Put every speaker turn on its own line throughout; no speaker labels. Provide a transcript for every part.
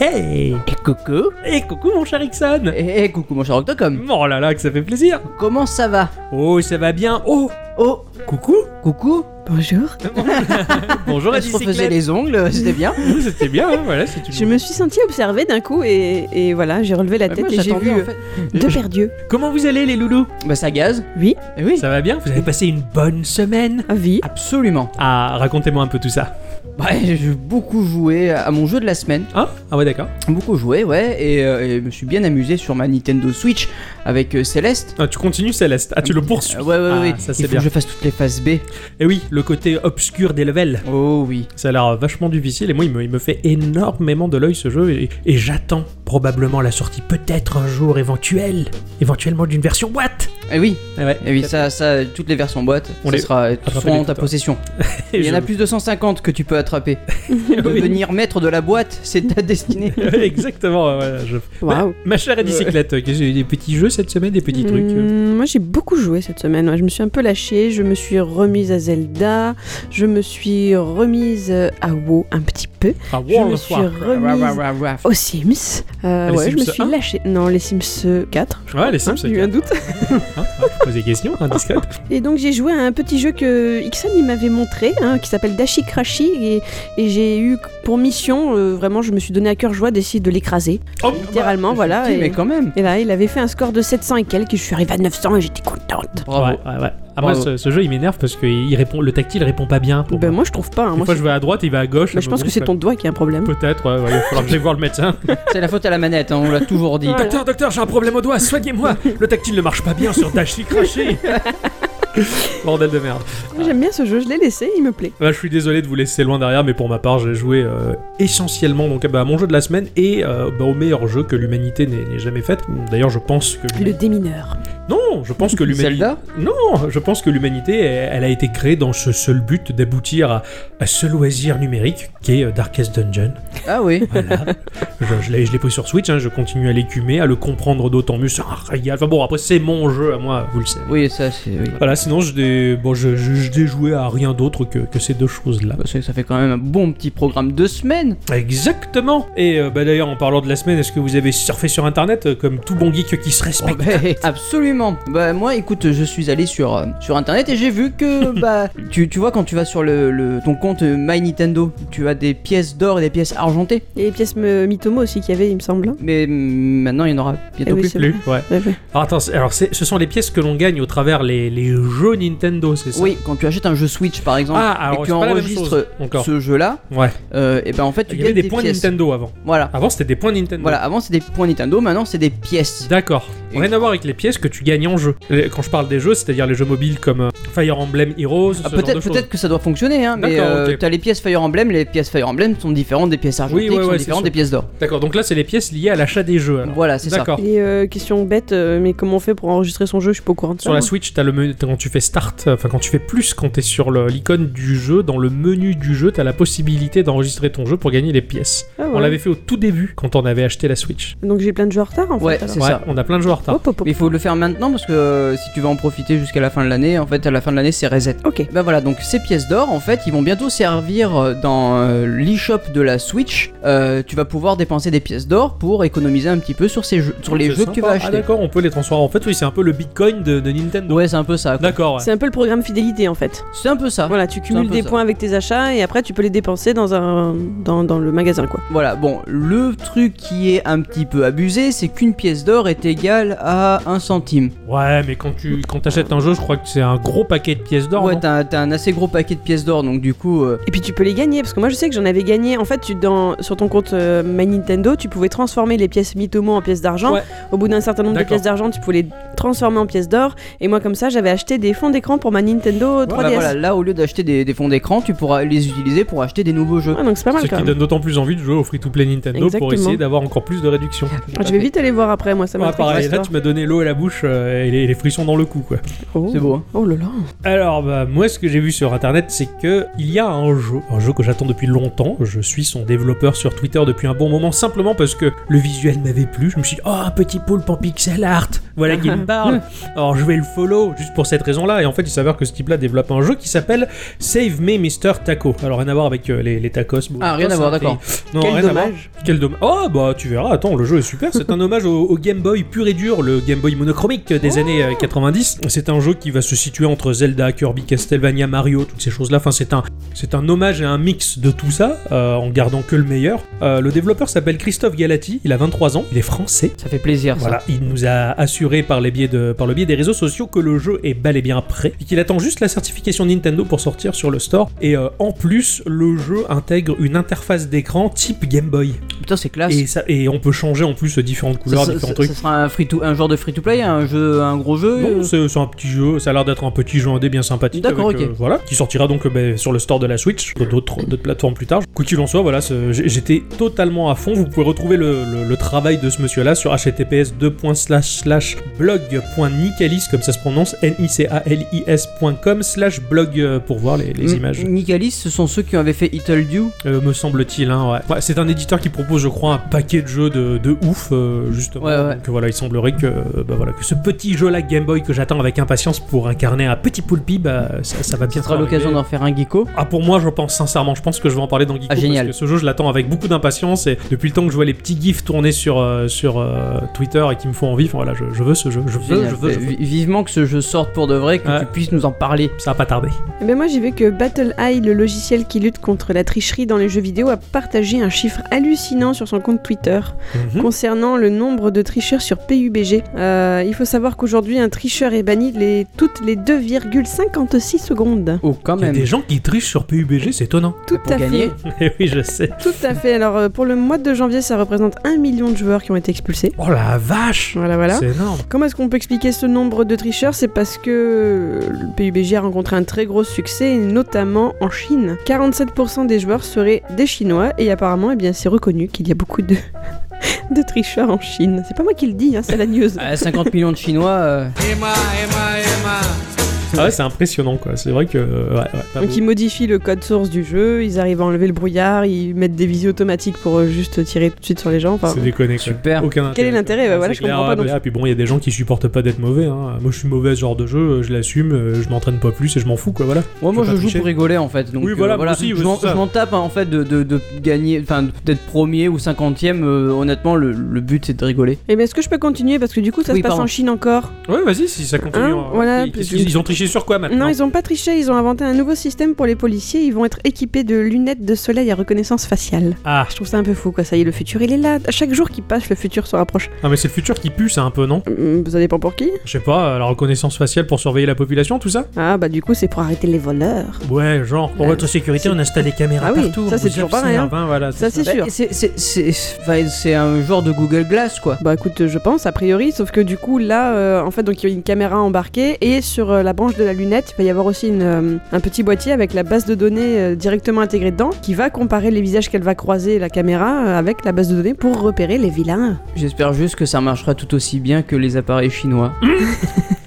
Hey
Et coucou
Et coucou mon cher Ixon
Et Eh, coucou mon cher Octocom
Oh là là, que ça fait plaisir
Comment ça va
Oh, ça va bien Oh
Oh
Coucou
Coucou
Bonjour.
Bonjour la
Je refaisais les ongles, euh, c'était bien
C'était bien, hein, voilà, c'est une-
Je me suis sentie observée d'un coup et, et voilà, j'ai relevé la
Bah,
tête
moi,
et j'ai
j'attendais,
vu
en fait.
euh, deux paires d'yeux.
Comment vous allez les loulous
Bah ça gaze
Oui,
Eh Oui
Ça va bien Vous avez passé une bonne semaine
vie.
Absolument
Ah, racontez-moi un peu tout ça.
Bah, J'ai beaucoup joué à mon jeu de la semaine
Ah, ah ouais d'accord.
Beaucoup joué, ouais, et, euh, et je me suis bien amusé sur ma Nintendo Switch avec euh, Céleste.
Ah, tu continues Céleste. Ah, tu le poursuis.
Euh, ouais, ouais,
Ah,
ouais.
ça,
Il
c'est
faut
bien.
que je fasse toutes les phases B.
Et oui, le côté obscur des levels.
Oh oui.
Ça a l'air vachement difficile et moi il me, il me fait énormément de l'œil ce jeu et, et j'attends probablement la sortie peut-être un jour éventuelle, éventuellement d'une version boîte.
Et Eh oui,
Ah ouais,
et oui, ça, ça, toutes les versions boîte,
On
ça
les-
sera, tout
Attrapez-les
sera en
tout
ta
le temps.
possession.
Et
Il y en a
je-
plus de 150 que tu peux attraper. Devenir maître de la boîte, c'est ta destinée.
Exactement, voilà, je-
Waouh.
Ma chère bicyclette, j'ai eu des petits jeux cette semaine, des petits trucs. euh.
Hum, moi j'ai beaucoup joué cette semaine, ouais. je me suis un peu lâchée, je me suis remise à Zelda, je me suis remise euh, à WoW un petit peu,
Hmm.
Enfin,
je
World
me
of
suis
Warcraft.
remise aux Sims, Euh,
Les
ouais je me
Sims
suis
1?
lâchée, non les Sims euh, 4,
Ouais, les Sims,
Hein,
c'est
j'ai eu un doute.
hein, hein, je pose des questions, hein, discrète.
Et donc j'ai joué à un petit jeu que Ixon il m'avait montré, hein, qui s'appelle Dashi Crashi, et, et j'ai eu pour mission, euh, vraiment je me suis donné à cœur joie d'essayer de l'écraser,
Oh,
littéralement, voilà.
Petit,
et,
mais quand même.
et là il avait fait un score de 700 et quelques, et je suis arrivée à 900 et j'étais contente.
Bravo.
Ouais, ouais, ouais. Ah, moi,
Bravo.
ce, ce jeu, il m'énerve parce que il répond, le tactile répond pas bien. Pour
ben
moi.
moi je trouve pas, hein,
Des
moi,
fois,
c'est-
je vais à droite, il va à gauche.
mais
ça
je
me
pense que
gonfle.
c'est ton doigt qui a un problème.
Peut-être, ouais, ouais, il va falloir que j'aille voir le médecin.
C'est la faute à la manette, hein, on l'a toujours dit.
Voilà.
Docteur, docteur, j'ai un problème au doigt, soignez-moi Le tactile ne marche pas bien sur Dashi craché Bordel de merde.
Moi, J'aime bien ce jeu, je l'ai laissé, il me plaît.
Bah, je suis désolé de vous laisser loin derrière, mais pour ma part, j'ai joué euh, essentiellement donc, bah, à mon jeu de la semaine et euh, bah, au meilleur jeu que l'humanité n'ait n'ait jamais fait. D'ailleurs, je pense que.
Le démineur.
Non, je pense que l'humanité.
Zelda
Non, je pense que l'humanité, elle, elle a été créée dans ce seul but d'aboutir à, à ce loisir numérique qui est euh, Darkest Dungeon.
Ah oui.
Voilà. je je l'ai je l'ai pris sur Switch, hein, je continue à l'écumer, à le comprendre d'autant mieux. C'est un régal. Enfin bon, après, c'est mon jeu à moi, vous le savez.
Oui, ça c'est. Oui.
Voilà, sinon, je n'ai bon, je, je- je n'ai joué à rien d'autre que- que ces deux choses-là.
Parce que ça fait quand même un bon petit programme de semaine.
Exactement Et euh, bah, d'ailleurs, en parlant de la semaine, est-ce que vous avez surfé sur Internet euh, comme tout bon geek qui se
Oh,
respecte
bah, absolument. Bah moi, écoute, je suis allé sur euh, sur internet et j'ai vu que bah tu, tu vois quand tu vas sur le, le- ton compte euh, My Nintendo, tu as des pièces d'or et des pièces argentées.
Et les pièces me- Mitomo aussi qu'il y avait, il me semble.
Mais hum, maintenant, il y en aura bientôt
Eh oui,
plus.
c'est vrai.
Ouais.
Ouais, ouais.
Alors, attends, c'est- alors c'est- ce sont les pièces que l'on gagne au travers les, les jeux Nintendo, c'est ça
Oui, quand tu achètes un jeu Switch par exemple
Ah, alors
et que
c'est
tu
pas la même chose
enregistres
encore.
ce jeu-là,
Ouais.
euh, et ben en fait tu
Il y avait
gagnes
des, points
pièces.
Nintendo avant.
Voilà.
Avant, c'était des points Nintendo.
Voilà, avant c'était des points Nintendo, maintenant c'est des pièces.
D'accord.
Et-
Rien à voir avec les pièces que tu gagnes en jeu. Les- Quand je parle des jeux, c'est-à-dire les jeux mobiles comme euh, Fire Emblem Heroes,
Ah,
ce genre de
peut-être
choses.
peut-être que ça doit fonctionner, hein, mais
D'accord,
euh,
ok.
t'as les pièces Fire Emblem, les pièces Fire Emblem sont différentes des pièces
Oui,
argentées,
ouais,
qui sont
ouais, c'est
différentes
sûr.
des pièces d'or.
D'accord, donc là, c'est les pièces liées à l'achat des jeux. alors.
Voilà, c'est ça.
D'accord.
Et euh, question bête, euh, mais comment on fait pour enregistrer son jeu Je suis pas au courant de ça.
Sur la
moi.
Switch, t'as le menu, t'as- quand tu fais Start, euh, enfin quand tu fais plus, quand t'es sur le- l'icône du jeu, dans le menu du jeu, t'as la possibilité d'enregistrer ton jeu pour gagner les pièces.
Ah
On
ouais.
l'avait fait au tout début quand on avait acheté la Switch.
Donc j'ai plein de jeux en retard en
Ouais,
fait. alors.
C'est
Ouais,
ça.
On a plein de joueurs en retard.
Hop, hop, hop.
Mais il faut le faire maintenant parce que euh, si tu veux en profiter jusqu'à la fin de l'année, en fait à la fin de l'année c'est reset.
Ok.
Ben voilà, donc ces pièces d'or, en fait, ils vont bientôt servir euh, dans euh, l'e-shop de la Switch. Euh, tu vas pouvoir dépenser des pièces d'or pour économiser un petit peu sur, ces jeux, sur les
C'est
jeux que tu vas
sympa. Ah
acheter.
d'accord, on peut les transformer. En fait, oui, c'est un peu le Bitcoin de, de Nintendo.
ouais, c'est un peu ça. quoi.
D'accord. ouais.
C'est un peu le programme fidélité en fait.
Ah, C'est un peu ça.
Voilà, tu
un
cumules
peu
des
ça.
points avec tes achats et après tu peux les dépenser dans un dans, dans le magasin quoi.
Voilà, bon, le truc qui est un petit peu abusé, c'est qu'une pièce d'or est égale à 1 centime.
Ouais, mais quand tu quand t'achètes un jeu, je crois que c'est un gros paquet de pièces d'or.
ouais,
non
t'as un- t'as un assez gros paquet de pièces d'or, donc du coup, euh,
Et puis tu peux les gagner parce que moi je sais que j'en avais gagné. En fait, tu dans sur ton compte euh, My Nintendo, tu pouvais transformer les pièces Mitomo en pièces d'argent.
Ouais.
Au bout d'un certain nombre de
D'accord.
pièces d'argent, tu pouvais les transformer en pièces d'or. Et moi comme ça, j'avais acheté des fonds d'écran pour ma Nintendo 3DS.
bah voilà, là, au lieu d'acheter des, des fonds d'écran, tu pourras les utiliser pour acheter des nouveaux jeux.
Ouais, donc c'est pas
Ce
mal quand
qui
même.
donne d'autant plus envie de jouer au free-to-play Nintendo pour
Exactement.
essayer d'avoir encore plus de réduction.
Ah, je vais vite aller voir après moi ça
Ah,
m'a
pareil, là, tu m'as donné l'eau à la bouche euh, et, les, et les frissons dans le cou, quoi.
C'est beau, hein.
Oh là là.
Alors, bah, moi, ce que j'ai vu sur internet, c'est que il y a un jeu, un jeu que j'attends depuis longtemps. Je suis son développeur sur Twitter depuis un bon moment, simplement parce que le visuel m'avait plu. Je me suis dit, oh, un petit poulpe en pixel art, voilà qui me parle. Alors, je vais le follow, juste pour cette cette raison-là. Et en fait, il s'avère que ce type-là développe un jeu qui s'appelle Save Me Mr. Taco. Alors, rien à voir avec euh, les, les tacos. bon,
Ah, rien
ça,
à voir,
c'est-
d'accord.
Non,
Quel
rien à voir.
dommage.
Quel dommage. Oh, bah, tu verras, attends, le jeu est super. C'est un hommage au, au Game Boy pur et dur, le Game Boy monochromique des années euh, 90. C'est un jeu qui va se situer entre Zelda, Kirby, Castlevania, Mario, toutes ces choses-là. Enfin, c'est un, c'est un hommage et un mix de tout ça, euh, en gardant que le meilleur. Euh, le développeur s'appelle Christophe Galati, il a 23 ans, il est français.
Ça fait plaisir, ça.
Voilà, il nous a assuré par, les biais de, par le biais des réseaux sociaux que le jeu est bel et bien prêt et qu'il attend juste la certification Nintendo pour sortir sur le store. Et euh, en plus, le jeu intègre une interface d'écran type Game Boy.
Putain, Ah, c'est classe.
Et, ça, et on peut changer en plus différentes
Ça,
couleurs,
ça-
différents
ça-
trucs.
ça sera un, free to, un genre de free to play, un jeu, un gros jeu.
Non,
euh,
c'est c'est un petit jeu, ça a l'air d'être un petit jeu indé bien sympathique.
D'accord,
avec,
ok.
euh, voilà, qui sortira donc euh, ben, sur le store de la Switch, que d'autres d'autres plateformes plus tard. Quoi qu'il en soit, voilà, ce- j'ai- j'étais totalement à fond. Vous pouvez retrouver le, le- le travail de ce monsieur-là sur https blog.nicalis, comme ça se prononce, n-i-c-a-l-i-s.com slash blog euh, pour voir les, les
N-
images,
Nicalis, ce sont ceux qui avaient fait Ital Dew.
Euh, me semble-t-il. hein, ouais. Ouais, C'est un éditeur qui propose, je crois, un paquet de jeux de, de ouf, euh, justement.
Ouais, ouais.
Donc voilà, il semblerait que, euh, bah, voilà, que ce petit jeu-là Game Boy que j'attends avec impatience pour incarner un petit poulpi, bah, ça, ça va
Ce
bien
sera
arriver.
l'occasion d'en faire un geeko.
Ah pour moi je pense sincèrement, je pense que je vais en parler dans Geeko
Ah, génial.
parce que ce jeu je l'attends avec beaucoup d'impatience et depuis le temps que je vois les petits gifs tourner sur, euh, sur euh, Twitter et qui me font envie, enfin, voilà, je, je veux ce jeu, je veux,
Génial.
je veux, je
Euh,
veux.
vi- Vivement que ce jeu sorte pour de vrai, que
Ouais.
tu puisses nous en parler.
Ça va pas tarder.
Eh ben moi j'ai vu que Battle Eye, le logiciel qui lutte contre la tricherie dans les jeux vidéo, a partagé un chiffre hallucinant sur son compte Twitter
Hmm?
Mhm.
concernant le nombre de tricheurs sur PUBG. Euh, il faut savoir qu'aujourd'hui un tricheur est banni les- toutes les 2,56 secondes.
Oh, quand
Il y a
même.
des gens qui trichent sur PUBG, c'est étonnant.
Tout
Pour
à
gagner.
fait,
Eh oui je sais.
tout à fait. Alors euh, pour le mois de janvier, ça représente un million de joueurs qui ont été expulsés.
Oh la vache
Voilà, voilà.
C'est énorme.
Comment est-ce qu'on peut expliquer ce nombre de tricheurs C'est parce que le PUBG a rencontré un très gros succès, et notamment en Chine. 47% des joueurs seraient des Chinois, et apparemment, eh bien, c'est reconnu qu'il y a beaucoup de, de tricheurs en Chine. C'est pas moi qui le dis, hein, c'est la news.
Ah, 50 millions de Chinois. euh,
Ah ouais, c'est impressionnant quoi. C'est vrai que euh, ouais, ouais, pas
Donc ils modifient le code source du jeu, ils arrivent à enlever le brouillard, ils mettent des visies automatiques pour euh, juste tirer tout de suite sur les gens.
beau.
Enfin,
c'est déconné quoi.
Super.
Aucun intérêt.
Quel est l'intérêt Bah
Ouais,
voilà,
c'est
je
clair.
comprends
Ah,
pas. donc-
bah, et puis bon, il y a des gens qui supportent pas d'être mauvais. hein. Moi, je suis mauvais à ce genre de jeu, je l'assume, euh, je m'entraîne pas plus et je m'en fous quoi. Voilà.
Ouais, moi
Faut
je
pas
joue
tricher.
pour rigoler en fait. Donc,
Oui,
euh,
voilà, moi aussi,
je
ouais,
m'en-
c'est ça.
je m'en tape hein, en fait de, de- de gagner, enfin de- d'être premier ou cinquantième. euh, honnêtement, le, le but c'est de rigoler.
Eh bien, est-ce que je peux continuer Parce que du coup, ça
Oui,
se passe
pardon.
en Chine encore.
Ouais, vas-y, si ça continue.
Hein,
hein.
voilà,
Ils-
parce
qu'est-ce qu'ils-
que-
ils ont triché sur quoi maintenant
Non, ils ont pas triché, ils ont inventé un nouveau système pour les policiers. Ils vont être équipés de lunettes de soleil à reconnaissance faciale.
Ah,
Je trouve ça un peu fou, quoi. Ça y est, le futur, il est là. À chaque jour qui passe, le futur se rapproche.
ah, mais c'est le futur qui pue, ça un peu, non
Hum, Ça dépend pour qui.
Je sais pas, euh, la reconnaissance faciale pour surveiller la population, tout ça
Ah, bah du coup, c'est pour arrêter les voleurs.
Ouais, genre, pour
Euh,
votre sécurité, on installe des caméras
Ah oui,
partout.
ça,
on
c'est
vous
toujours pareil,
observe, hein, voilà,
Ça, c'est
Bah,
sûr.
c'est- c'est- c'est- enfin, C'est un genre de Google Glass quoi.
Bah écoute, je pense, a priori, sauf que du coup, là, euh, en fait, donc il y a une caméra embarquée et sur euh, la branche de la lunette, il va y avoir aussi une, euh, un petit boîtier avec la base de données euh, directement intégrée dedans qui va comparer les visages qu'elle va croiser, la caméra, euh, avec la base de données pour repérer les vilains.
J'espère juste que ça marchera tout aussi bien que les appareils chinois.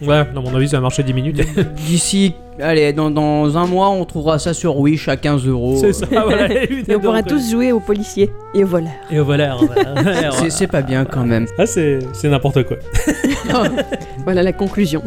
Ouais, à mon avis, ça a marché 10 minutes.
D'ici, allez, dans, dans un mois, on trouvera ça sur Wish à 15 euros.
c'est ça, voilà. une
Et on pourra
énorme-
tous jouer aux policiers et aux voleurs.
Et voilà, voilà.
C'est- C'est pas bien quand même.
Ah, c'est c'est n'importe quoi.
Voilà la conclusion.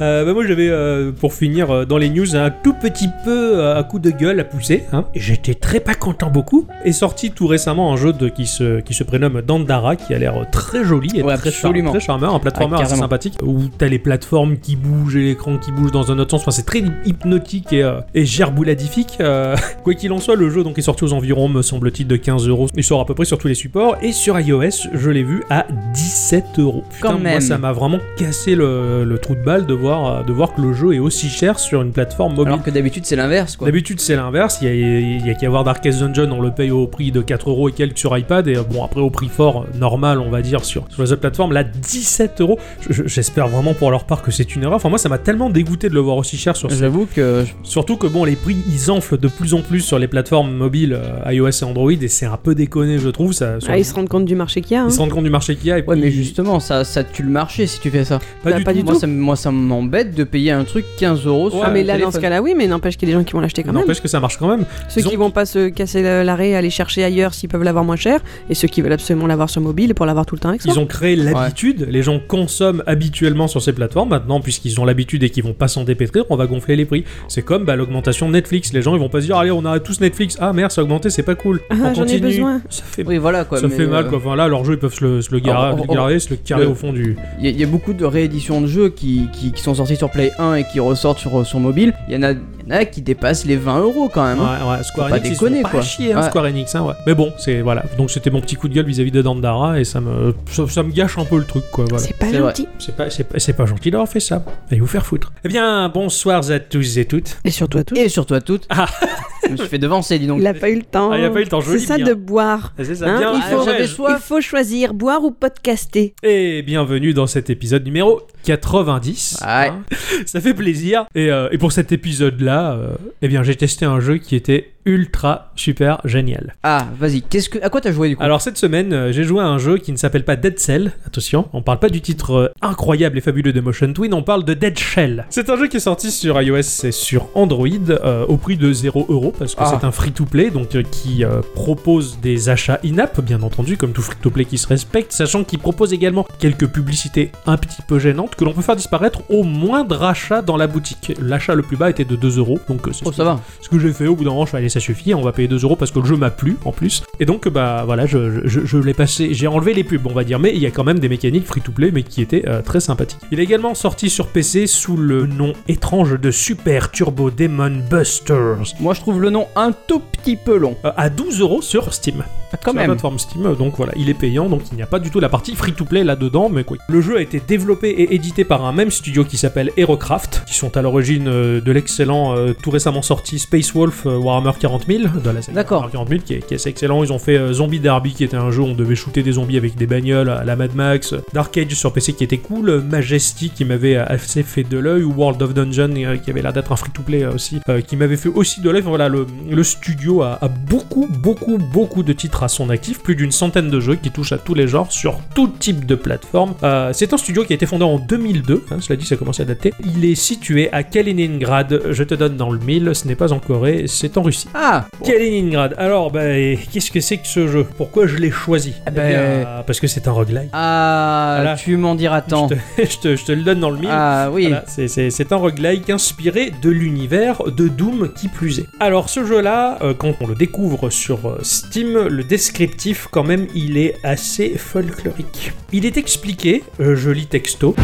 Euh, bah moi j'avais euh, pour finir euh, dans les news un tout petit peu euh, à coup de gueule à pousser. Hein. Et J'étais très pas content beaucoup. Est sorti tout récemment un jeu de, qui, se, qui se prénomme Dandara qui a l'air euh, très joli et
Ouais,
très, char-
absolument.
très charmeur, un platformer
Ah,
assez
carrément.
sympathique où t'as les plateformes qui bougent et l'écran qui bouge dans un autre sens. Enfin c'est très hypnotique et, euh, et gerbouladifique. euh. Quoi qu'il en soit, le jeu donc est sorti aux environs me semble-t-il de 15 euros. Il sort à peu près sur tous les supports et sur iOS je l'ai vu à 17 euros. Putain,
Quand
moi
même.
ça m'a vraiment cassé le, le trou de balle de voir, euh, de voir que le jeu est aussi cher sur une plateforme mobile.
Alors que d'habitude, c'est l'inverse quoi.
D'habitude, c'est l'inverse. Il y a, il y a qu'à avoir Darkest Dungeon, on le paye au prix de 4 euros et quelques sur iPad. Et euh, bon, après, au prix fort, euh, normal, on va dire, sur, sur les autres plateformes. Là, 17 euros. Je- je- J'espère vraiment pour leur part que c'est une erreur. Enfin, moi, ça m'a tellement dégoûté de le voir aussi cher sur ce
J'avoue que je-
Surtout que bon, les prix ils enflent de plus en plus sur les plateformes mobiles euh, iOS et Android et c'est un peu déconné, je trouve. Ça, sur-
Ah, ils se rendent compte du marché qu'il y a. Hein.
ils se rendent compte du marché qu'il y a. Et
Ouais,
puis-
mais justement, ça, ça tue le marché si tu fais ça.
pas
Bah,
du
pas
tout.
du
moi, Ça, m- moi, ça m'embête de payer un truc 15 euros sur
Ouais,
ah, mais
mon
là, dans ce
téléphone.
cas-là, oui, mais n'empêche qu'il y a des gens qui vont l'acheter quand même.
N'empêche que ça marche quand même.
Ceux
Ils
qui
ont-
vont pas se casser le- l'arrêt, aller chercher ailleurs s'ils peuvent l'avoir moins cher, et ceux qui veulent absolument l'avoir sur mobile pour l'avoir tout le temps avec soi.
Ils ont créé l'habitude, les gens consomment habituellement sur ces plateformes maintenant, puisqu'ils ont l'habitude et qu'ils vont pas s'en dépêtrir, on va gonfler les prix. C'est comme bah, l'augmentation de Netflix. Les gens ils vont pas se dire allez on arrête tous Netflix. Ah merde ça a augmenté c'est pas cool.
Ah,
on
j'en ai
continue.
besoin.
Ça fait,
Oui, voilà quoi.
ça
mais,
fait mal
euh,
quoi. Enfin là leur jeu ils peuvent se le, se le gara-
Oh, oh, oh.
garer, se le carrer
Le-
au fond du.
Il y, a- il y a beaucoup de rééditions de jeux qui, qui, qui sont sorties sur Play 1 et qui ressortent sur, euh, sur mobile. Il y, en a- il y en a qui dépassent les 20 euros quand même. hein.
Ouais, ouais, Square
Faut pas
Enix, ils se
déconner,
font pas
quoi.
chier, hein,
Ouais.
Square Enix, hein, ouais. Mais bon, c'est voilà. Donc c'était mon petit coup de gueule vis-à-vis de Dandara et ça me ça, ça me gâche un peu le truc, quoi. Voilà.
C'est pas
C'est vrai.
gentil.
C'est pas c'est pas, c'est pas gentil d'avoir fait ça. Allez vous faire foutre. Eh bien, bonsoir à tous et toutes.
Et surtout à tous.
Et sur toi toute.
Ah.
je me suis fait devancer, dis donc.
Il a pas eu le temps.
Ah, il a pas eu le temps, joli,
C'est ça
bien.
de boire.
Ah, C'est ça.
Hein,
bien,
il
ah,
faut-
j'avais-
j'avais
Il
soif.
faut choisir boire ou podcaster.
Et bienvenue dans cet épisode numéro 90.
Ouais.
Hein. ça fait plaisir. Et, euh, et pour cet épisode-là, euh, eh bien, j'ai testé un jeu qui était ultra super génial.
Ah, vas-y, qu'est-ce que. À quoi t'as joué du coup
Alors cette semaine, euh, j'ai joué à un jeu qui ne s'appelle pas Dead Cell, attention, on parle pas du titre euh, incroyable et fabuleux de Motion Twin, on parle de Dead Shell. C'est un jeu qui est sorti sur iOS et sur Android euh, au prix de 0€ parce que
Ah.
c'est un free-to-play, donc euh, qui euh, propose des achats in-app, bien entendu, comme tout free-to-play qui se respecte, sachant qu'il propose également quelques publicités un petit peu gênantes que l'on peut faire disparaître au moindre achat dans la boutique. L'achat le plus bas était de 2€, donc euh, c'est
Oh,
ce
ça va.
ce que j'ai fait au bout d'un moment, je fais allez, ça suffit, on va payer 2 euros parce que le jeu m'a plu en plus. Et donc, bah voilà, je, je- je- je l'ai passé, j'ai enlevé les pubs, on va dire, mais il y a quand même des mécaniques free to play, mais qui étaient euh, très sympathiques. Il est également sorti sur PC sous le nom étrange de Super Turbo Demon Busters.
Moi, je trouve le nom un tout petit peu long.
euh, à 12 euros sur Steam.
Quand
sur
même.
la plateforme Steam, euh, donc voilà, il est payant, donc il n'y a pas du tout la partie free-to-play là-dedans, mais quoi. Le jeu a été développé et édité par un même studio qui s'appelle HeroCraft, qui sont à l'origine euh, de l'excellent, euh, tout récemment sorti Space Wolf euh, Warhammer 40 000, de la série
D'accord.
Warhammer 40 000, qui est, qui est assez excellent. Ils ont fait euh, Zombie Derby, qui était un jeu où on devait shooter des zombies avec des bagnoles à la Mad Max, Dark Age sur PC qui était cool, euh, Majesty qui m'avait euh, assez fait de l'œil, ou World of Dungeon euh, qui avait l'air d'être un free-to-play euh, aussi, euh, qui m'avait fait aussi de l'œil. Enfin, voilà, le, le studio a, a beaucoup, beaucoup, beaucoup de titres à son actif, plus d'une centaine de jeux qui touchent à tous les genres sur tout type de plateforme. Euh, c'est un studio qui a été fondé en 2002, hein, cela dit, ça commence à dater. Il est situé à Kaliningrad, je te donne dans le mille, ce n'est pas en Corée, c'est en Russie.
Ah bon.
Kaliningrad. Alors, ben, qu'est-ce que c'est que ce jeu Pourquoi je l'ai choisi Eh
Eh ben,
bien, Parce que c'est un roguelike.
Ah,
Voilà.
tu m'en diras tant.
Je, te, je te- je te le donne dans le mille.
Ah oui.
Voilà, c'est- c'est c'est un roguelike inspiré de l'univers de Doom qui plus est. Alors ce jeu-là, euh, quand on le découvre sur euh, Steam, le descriptif quand même, il est assez folklorique. Il est expliqué, euh, je lis texto,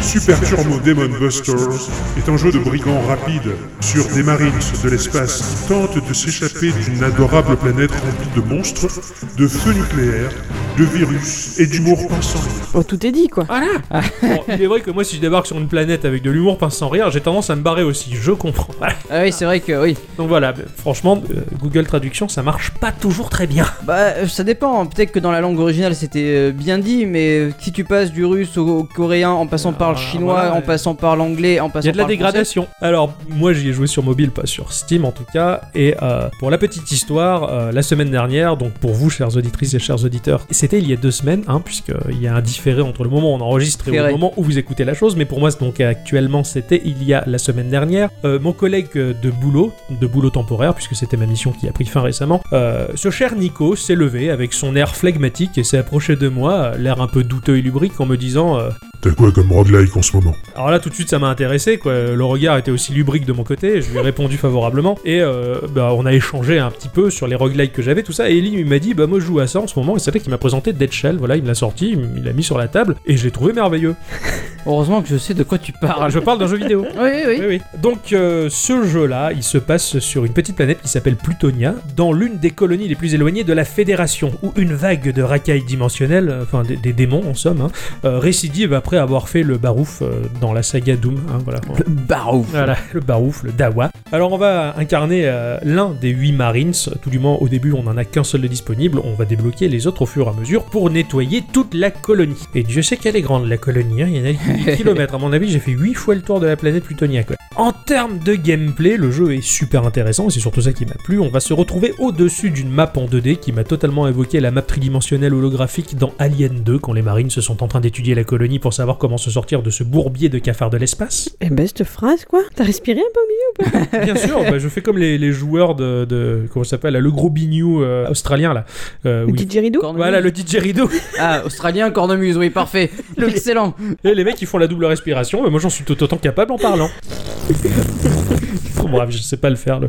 Super Turbo Demon Busters est un jeu de brigands rapides sur des marines de l'espace qui tentent de s'échapper d'une adorable planète remplie de monstres, de feux nucléaires, de virus et d'humour pensant.
Bon, tout est dit quoi.
Ah
Bon, il est vrai que moi si je débarque sur une planète avec de l'humour pince sans rire, j'ai tendance à me barrer aussi, je comprends. Voilà.
Ah oui, c'est vrai que oui.
Donc voilà, mais franchement, euh, Google Traduction, ça marche pas toujours très bien.
Bah, euh, ça dépend. Peut-être que dans la langue originale c'était euh, bien dit, mais euh, si tu passes du russe au, au coréen, en passant par le
voilà,
chinois,
Ah, voilà,
en
ouais.
passant par l'anglais, en
Il
passant
y a de la
par le français,
dégradation. Alors, moi, j'y ai joué sur mobile, pas sur Steam en tout cas. Et euh, pour la petite histoire, euh, la semaine dernière, donc pour vous, chères auditrices et chers auditeurs, c'était il y a deux semaines, hein, puisqu'il y a un différé entre le moment où on enregistre et
Différé.
le moment où vous écoutez la chose. Mais pour moi, c'est donc actuellement, c'était il y a la semaine dernière. Euh, mon collègue euh, de boulot, de boulot temporaire, puisque c'était ma mission qui a pris fin récemment, euh, ce cher Nico s'est levé avec son air flegmatique et s'est approché de moi, euh, l'air un peu douteux et lubrique, en me disant euh,
T'as quoi comme roguelike en ce moment
alors là, tout de suite, ça m'a intéressé, quoi. Le regard était aussi lubrique de mon côté, je lui ai répondu favorablement, et euh, bah, on a échangé un petit peu sur les roguelikes que j'avais, tout ça, et lui, il m'a dit, bah moi je joue à ça en ce moment, et c'est vrai qu'il m'a présenté Dead Shell, voilà, il me l'a sorti, il m- il l'a mis sur la table, et je l'ai trouvé merveilleux.
Heureusement que je sais de quoi tu
Alors,
parles.
je parle d'un jeu vidéo.
Oui, oui.
Donc euh, ce jeu-là, il se passe sur une petite planète qui s'appelle Plutonia, dans l'une des colonies les plus éloignées de la Fédération, où une vague de racailles dimensionnelles, euh, enfin des, des démons en somme, hein, euh, récidive après avoir fait le barouf euh, dans la saga Doom. hein, voilà.
Le barouf.
Voilà, le barouf, le dawa. Alors on va incarner euh, l'un des huit marines, tout du moins au début on n'en a qu'un seul de disponible, on va débloquer les autres au fur et à mesure pour nettoyer toute la colonie. Et Dieu sait qu'elle est grande la colonie, hein, il y en a 8 kilomètres, à mon avis j'ai fait 8 fois le tour de la planète plutonia quoi. En termes de gameplay, le jeu est super intéressant, c'est surtout ça qui m'a plu, on va se retrouver au-dessus d'une map en 2D qui m'a totalement évoqué la map tridimensionnelle holographique dans Alien 2 quand les marines se sont en train d'étudier la colonie pour savoir comment se sortir de ce bourbier de cafards de l'espace.
Eh ben cette phrase quoi. T'as respiré un peu au milieu
Bien sûr, bah, je fais comme les, les joueurs de, de- comment ça s'appelle, là, le gros bignou euh, australien là. Euh, où
Le
ils-
didgeridoo
Cornemuse.
Voilà le didgeridoo.
Ah, australien, cornemuse, oui, parfait. Excellent.
Et les mecs ils font la double respiration. mais moi j'en suis tout autant capable en parlant. Bon, bref, je sais pas le faire le,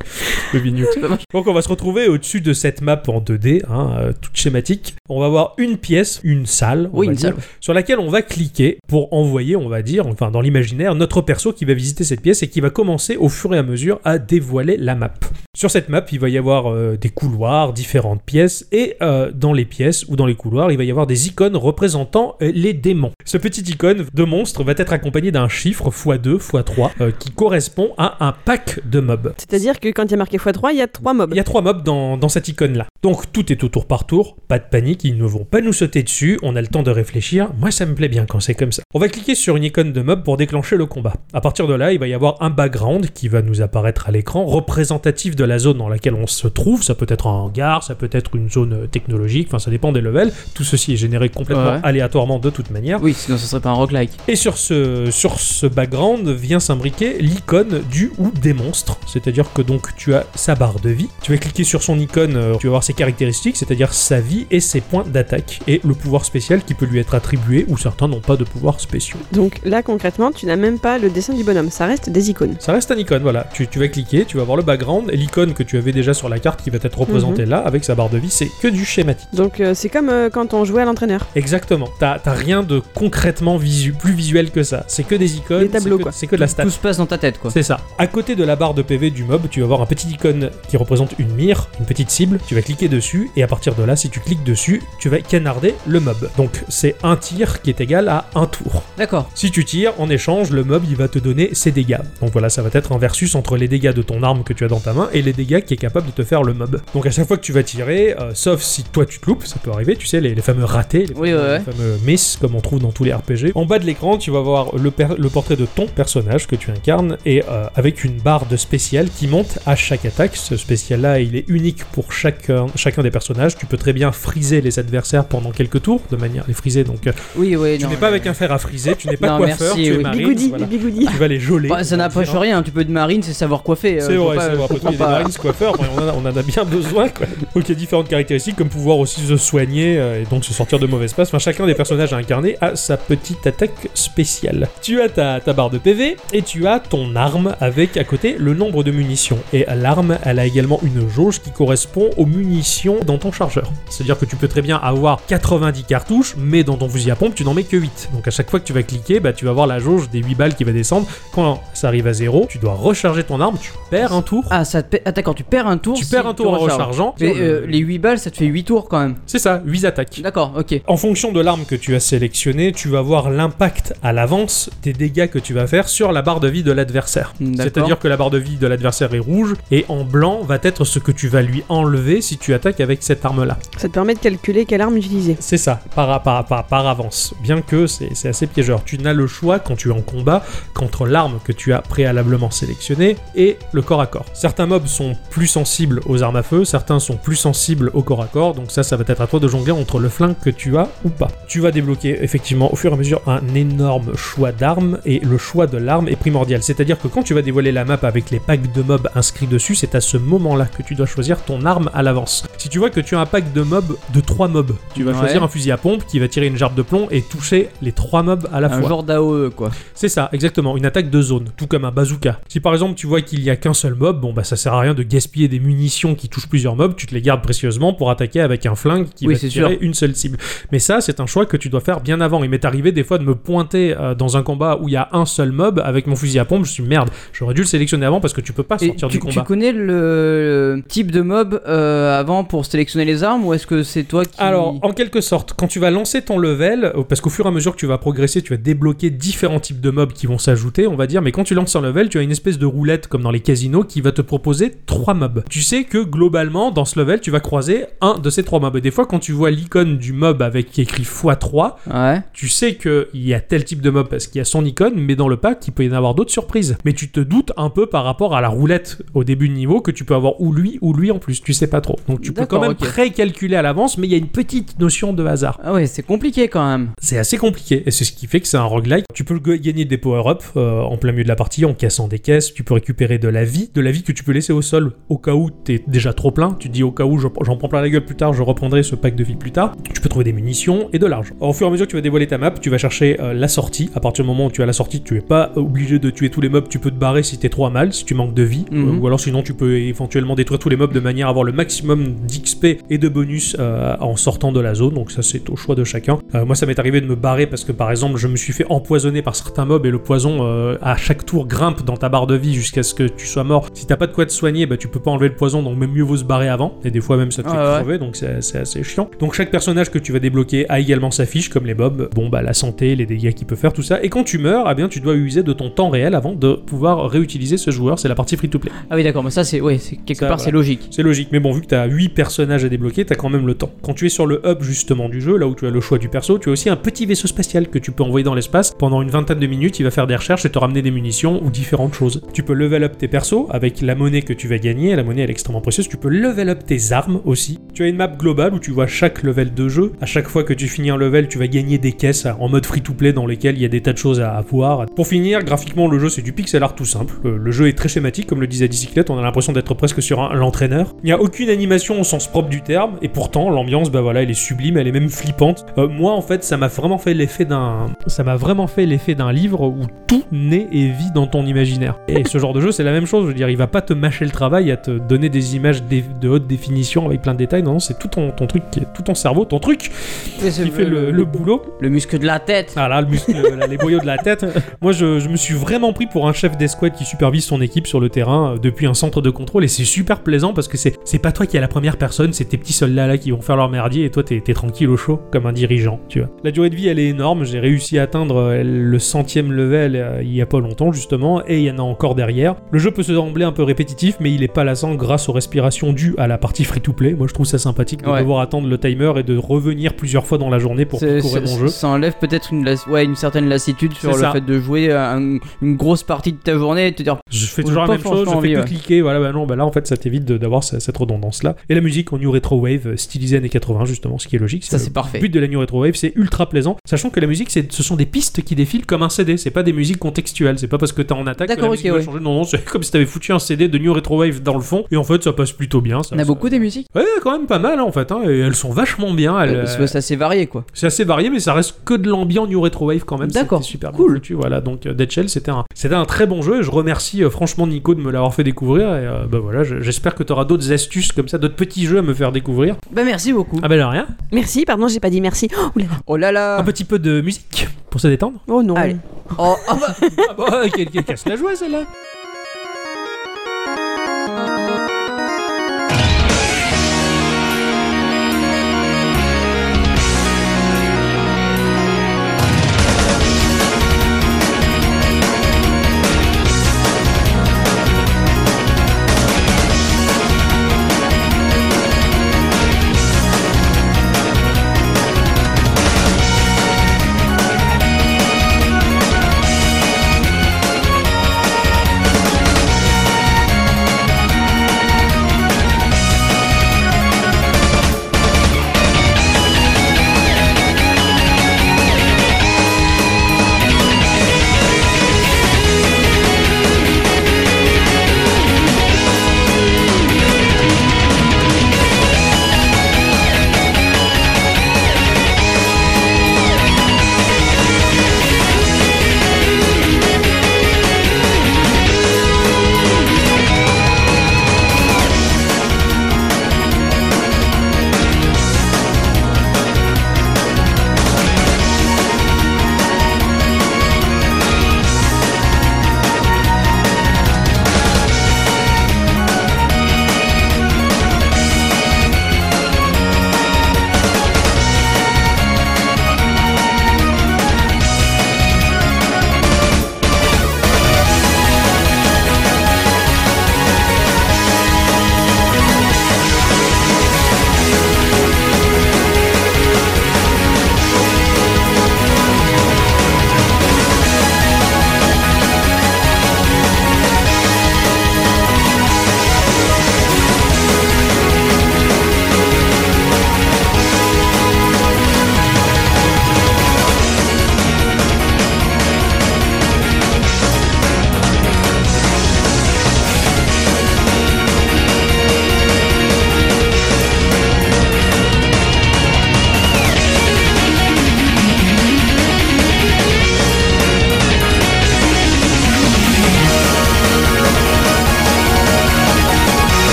le bignou. Donc on va se retrouver au-dessus de cette map en 2D, hein, euh, toute schématique. On va avoir une pièce, une salle, on
Oui,
va
une
dire,
salle.
sur laquelle on va cliquer pour envoyer, on va dire, enfin dans l'imaginaire, notre perso qui va visiter cette pièce et qui va commencer au fur et à mesure à dévoiler la map. Sur cette map, il va y avoir euh, des couloirs, différentes pièces, et euh, dans les pièces ou dans les couloirs, il va y avoir des icônes représentant euh, les démons. Ce petit icône de monstre va être accompagné d'un chiffre x2, x3, euh, qui correspond à un pack de mobs.
C'est-à-dire que quand il y a marqué x3, il y a 3 mobs.
Il y a trois mobs dans, dans cette icône-là. Donc tout est au tour par tour, pas de panique, ils ne vont pas nous sauter dessus, on a le temps de réfléchir. Moi ça me plaît bien quand c'est comme ça. On va cliquer sur une icône de mob pour déclencher le combat. À partir de là, il va y avoir un background qui va nous apparaître à l'écran, représentatif de la zone dans laquelle on se trouve. Ça peut être un hangar, ça peut être une zone technologique, enfin ça dépend des levels. Tout ceci est généré complètement
Ouais.
aléatoirement de toute manière.
Oui, sinon ce serait pas un roguelike.
Et sur ce, sur ce background vient s'imbriquer l'icône du ou des monstres. C'est-à-dire que donc tu as sa barre de vie. Tu vas cliquer sur son icône, euh, tu vas voir ses caractéristiques, c'est-à-dire sa vie et ses points d'attaque. Et le pouvoir spécial qui peut lui être attribué ou certains n'ont pas de pouvoir spéciaux.
Donc là, concrètement, tu n'as même pas le dessin du bonhomme, ça reste des icônes.
Ça reste un icône, voilà. Tu, tu vas cliquer, tu vas voir le background, et l'icône que tu avais déjà sur la carte qui va être représentée
Mhm.
là avec sa barre de vie, c'est que du schématique.
Donc euh, c'est comme euh, quand on jouait à l'entraîneur.
Exactement. T'as t'as rien de concrètement visu, plus visuel que ça. C'est que des icônes,
Des tableaux,
c'est que,
quoi.
c'est que de la stat.
Tout se passe dans ta tête, quoi.
C'est ça. À côté de la barre de PV du mob, tu vas avoir un petit icône qui représente une mire, une petite cible. Tu vas cliquer dessus et à partir de là, si tu cliques dessus, tu vas canarder le mob. Donc c'est un tir qui est égal à un tour.
D'accord.
Si tu tires, en échange, le mob il va te donner ses dégâts. Donc voilà, ça va être un versus entre les dégâts de ton arme que tu as dans ta main et les dégâts qui est capable de te faire le mob. Donc à chaque fois que tu vas tirer, euh, sauf si toi tu te loupes, ça peut arriver, tu sais, les, les fameux ratés, les,
Oui,
fameux,
ouais, ouais.
les fameux miss comme on trouve dans tous les RPG. En bas de l'écran, tu vas voir le, per- le portrait de ton personnage que tu incarnes et euh, avec une barre de spécial qui monte à chaque attaque. Ce spécial là, il est unique pour chacun, chacun des personnages. Tu peux très bien friser les adversaires pendant quelques tours de manière les friser. Donc euh,
Oui, oui,
tu n'es pas avec un fer à friser, tu n'es pas
euh, Non,
coiffeur,
merci,
tu es
oui.
marine,
bigoudi,
voilà.
les bigoudis.
tu vas les geler.
Bah, ça n'approche rien, un petit peu de marine, c'est savoir coiffer. euh,
C'est
faut
vrai,
pas-
c'est vrai.
faut
Après tout, il y a des
pas-
marines coiffeurs, on en a, on en a bien besoin. Quoi. Donc il y a différentes caractéristiques, comme pouvoir aussi se soigner euh, et donc se sortir de mauvaises passes. Enfin, chacun des personnages à incarner a sa petite attaque spéciale. Tu as ta, ta barre de PV et tu as ton arme avec à côté le nombre de munitions. Et à l'arme, elle a également une jauge qui correspond aux munitions dans ton chargeur. C'est-à-dire que tu peux très bien avoir 90 cartouches, mais dans ton fusil à pompe, tu n'en mets que 8. Donc à chaque fois que tu vas cliquer, bah, tu vas voir la jauge des 8 balles qui va descendre. Quand ça arrive à 0, tu dois recharger ton arme, tu perds un tour.
Ah, ça te... pa- Attends, quand tu perds un tour,
tu
si
perds un tour en
recharges.
rechargeant.
Mais euh, les 8 balles, ça te fait 8 tours quand même.
C'est ça, 8 attaques.
D'accord, ok.
En fonction de l'arme que tu as sélectionnée, tu vas voir l'impact à l'avance des dégâts que tu vas faire sur la barre de vie de l'adversaire.
D'accord.
C'est-à-dire que la barre de vie de l'adversaire est rouge et en blanc va être ce que tu vas lui enlever si tu attaques avec cette arme-là.
Ça te permet de calculer quelle arme utiliser.
C'est ça, par, par, par, par avance. Bien que c'est c'est assez piégeur. Tu n'as le choix quand tu es en combat qu'entre l'arme que tu as préalablement sélectionnée et le corps à corps. Certains mobs sont plus sensibles aux armes à feu, certains sont plus sensibles au corps à corps, donc ça, ça va être à toi de jongler entre le flingue que tu as ou pas. Tu vas débloquer effectivement au fur et à mesure un énorme choix d'armes et le choix de l'arme est primordial. C'est-à-dire que quand tu vas dévoiler la map avec les packs de mobs inscrits dessus, c'est à ce moment-là que tu dois choisir ton arme à l'avance. Si tu vois que tu as un pack de mobs de 3 mobs, tu vas
Ouais.
choisir un fusil à pompe qui va tirer une jarre de plomb et toucher les trois mobs à la
Un
fois.
genre d'AOE, quoi.
C'est ça, exactement, une attaque de zone, tout comme un bazooka. Si par exemple tu vois qu'il n'y a qu'un seul mob, bon bah ça sert à rien de gaspiller des munitions qui touchent plusieurs mobs, tu te les gardes précieusement pour attaquer avec un flingue qui
Oui,
va
c'est
tirer
sûr.
une seule cible. Mais ça, c'est un choix que tu dois faire bien avant. Il m'est arrivé des fois de me pointer euh, dans un combat où il y a un seul mob avec mon fusil à pompe, je suis merde, j'aurais dû le sélectionner avant parce que tu peux pas
Et
sortir
tu,
du
tu
combat.
connais le le type de mob euh, avant pour sélectionner les armes ou est-ce que c'est toi qui.
Alors, en quelque sorte, quand tu vas lancer ton level, euh, parce qu'au fur et à mesure que tu vas progresser, tu vas débloquer différents types de mobs qui vont s'ajouter, on va dire, mais quand tu lances un level, tu as une espèce de roulette comme dans les casinos qui va te proposer croiser trois mobs. Tu sais que globalement, dans ce level, tu vas croiser un de ces trois mobs. Et des fois, quand tu vois l'icône du mob avec qui est écrit x3,
Ouais.
tu sais qu'il y a tel type de mob parce qu'il y a son icône, mais dans le pack, il peut y en avoir d'autres surprises. Mais tu te doutes un peu par rapport à la roulette au début de niveau que tu peux avoir ou lui ou lui en plus. Tu sais pas trop. Donc tu peux
D'accord,
quand même
ok.
pré-calculer à l'avance, mais il y a une petite notion de hasard.
Ah ouais, c'est compliqué quand même.
C'est assez compliqué et c'est ce qui fait que c'est un roguelike. Tu peux g- gagner des power-ups euh, en plein milieu de la partie en cassant des caisses, tu peux récupérer de la vie, de la vie que tu peux laisser au sol au cas où t'es déjà trop plein, tu te dis au cas où je- j'en prends plein la gueule plus tard, je reprendrai ce pack de vie plus tard. Tu peux trouver des munitions et de l'argent. Au fur et à mesure que tu vas dévoiler ta map, tu vas chercher euh, la sortie. À partir du moment où tu as la sortie, tu es pas obligé de tuer tous les mobs, tu peux te barrer si t'es trop à mal, si tu manques de vie,
Mhm.
euh, ou alors sinon tu peux éventuellement détruire tous les mobs de manière à avoir le maximum d'XP et de bonus euh, en sortant de la zone. Donc ça c'est au choix de chacun. Euh, moi ça m'est arrivé de me barrer parce que par exemple je me suis fait empoisonner par certains mobs et le poison euh, à chaque tour grimpe dans ta barre de vie jusqu'à ce que tu sois mort. Si t'as pas de quoi te soigner, bah tu peux pas enlever le poison donc même mieux vaut se barrer avant. Et des fois même ça te fait
Ah ouais.
crever donc c'est c'est assez chiant. Donc chaque personnage que tu vas débloquer a également sa fiche comme les mobs. Bon bah la santé, les dégâts qu'il peut faire, tout ça. Et quand tu meurs, ah bien tu dois user de ton temps réel avant de pouvoir réutiliser ce joueur. C'est la partie free to play.
Ah oui, d'accord, mais ça, c'est. Ouais, c'est- quelque
Ça,
part,
voilà.
c'est logique.
C'est logique, mais bon, vu que t'as 8 personnages à débloquer, t'as quand même le temps. Quand tu es sur le hub justement du jeu, là où tu as le choix du perso, tu as aussi un petit vaisseau spatial que tu peux envoyer dans l'espace. Pendant une vingtaine de minutes, il va faire des recherches et te ramener des munitions ou différentes choses. Tu peux level up tes persos avec la monnaie que tu vas gagner, la monnaie elle est extrêmement précieuse. Tu peux level up tes armes aussi. Tu as une map globale où tu vois chaque level de jeu. À chaque fois que tu finis un level, tu vas gagner des caisses en mode free to play dans lesquelles il y a des tas de choses à avoir. Pour finir, graphiquement, le jeu c'est du pixel art tout simple. Euh, Le jeu est très schématique, comme le disait Dicyclette, on a l'impression d'être presque sur un l'entraîneur. Il n'y a aucune animation au sens propre du terme, et pourtant l'ambiance, bah voilà, elle est sublime, elle est même flippante. Euh, moi en fait, ça m'a vraiment fait l'effet d'un, ça m'a vraiment fait l'effet d'un livre où tout naît et vit dans ton imaginaire. Et ce genre de jeu, c'est la même chose. Je veux dire, il va pas te mâcher le travail à te donner des images dé- de haute définition avec plein de détails. Non, non, c'est tout ton, ton truc, qui est- tout ton cerveau, ton truc qui fait le- le boulot.
le muscle de la tête.
Ah là, le muscle, là, les boyaux de la tête. Moi, je, je me suis vraiment pris pour un chef d'escouade qui supervise son équipe sur le terrain euh, depuis un centre de contrôle et c'est super plaisant parce que c'est c'est pas toi qui as la première personne, c'est tes petits soldats là qui vont faire leur merdier et toi t'es t'es tranquille au chaud comme un dirigeant, tu vois. La durée de vie elle est énorme, j'ai réussi à atteindre euh, le centième level euh, il y a pas longtemps justement et il y en a encore derrière. Le jeu peut se sembler un peu répétitif mais il est pas lassant grâce aux respirations dues à la partie free to play. Moi je trouve ça sympathique de
Ouais.
devoir attendre le timer et de revenir plusieurs fois dans la journée pour
C'est-
courir
ça-
mon jeu.
Ça enlève peut-être une, las- ouais, une certaine lassitude sur
C'est
le
ça.
fait de jouer euh, un- une grosse partie de ta journée et te dire
Je fais
Ou
toujours la
pas
même chose, je fais
franchement envie,
que
ouais.
cliquer, voilà, bah non, bah là en fait ça t'évite de- d'avoir ce- cette redondance là. Et la musique en New Retro Wave, euh, stylisée années 80 justement, ce qui est logique.
ça
le
c'est parfait.
but de la New Retro Wave, c'est ultra plaisant, sachant que la musique c'est- ce sont des pistes qui défilent comme un CD, c'est pas des musiques contextuelles, c'est pas parce que t'es en attaque que la
D'accord,
musique
ok,
doit
ouais.
changer, non, non, c'est comme si t'avais foutu un CD de New Retro Wave dans le fond, et en fait ça passe plutôt bien. Ça,
On a
ça-
beaucoup des musiques
Ouais, quand même pas mal hein, en fait, hein, et elles sont vachement bien. elles,
Euh,
euh,
Ça c'est varié quoi.
c'est assez varié, mais ça reste que de l'ambiance New Retro Wave quand même.
D'accord,
C'était super bien
cool.
foutu, voilà. Donc euh, Dead Shell, c'était un, c'était un très bon jeu. Et je remercie euh, franchement Nico de me l'avoir fait découvrir. Et euh, bah voilà, je- j'espère que tu auras d'autres astuces comme ça, d'autres petits jeux à me faire découvrir.
Bah merci beaucoup.
Ah ben rien.
Merci, pardon, j'ai pas dit merci. Oh, oula.
Oh là là
Un petit peu de musique pour se détendre.
Oh non.
Allez. Oh, ah bah,
ah bon, quelle, quelle casse la joie celle-là.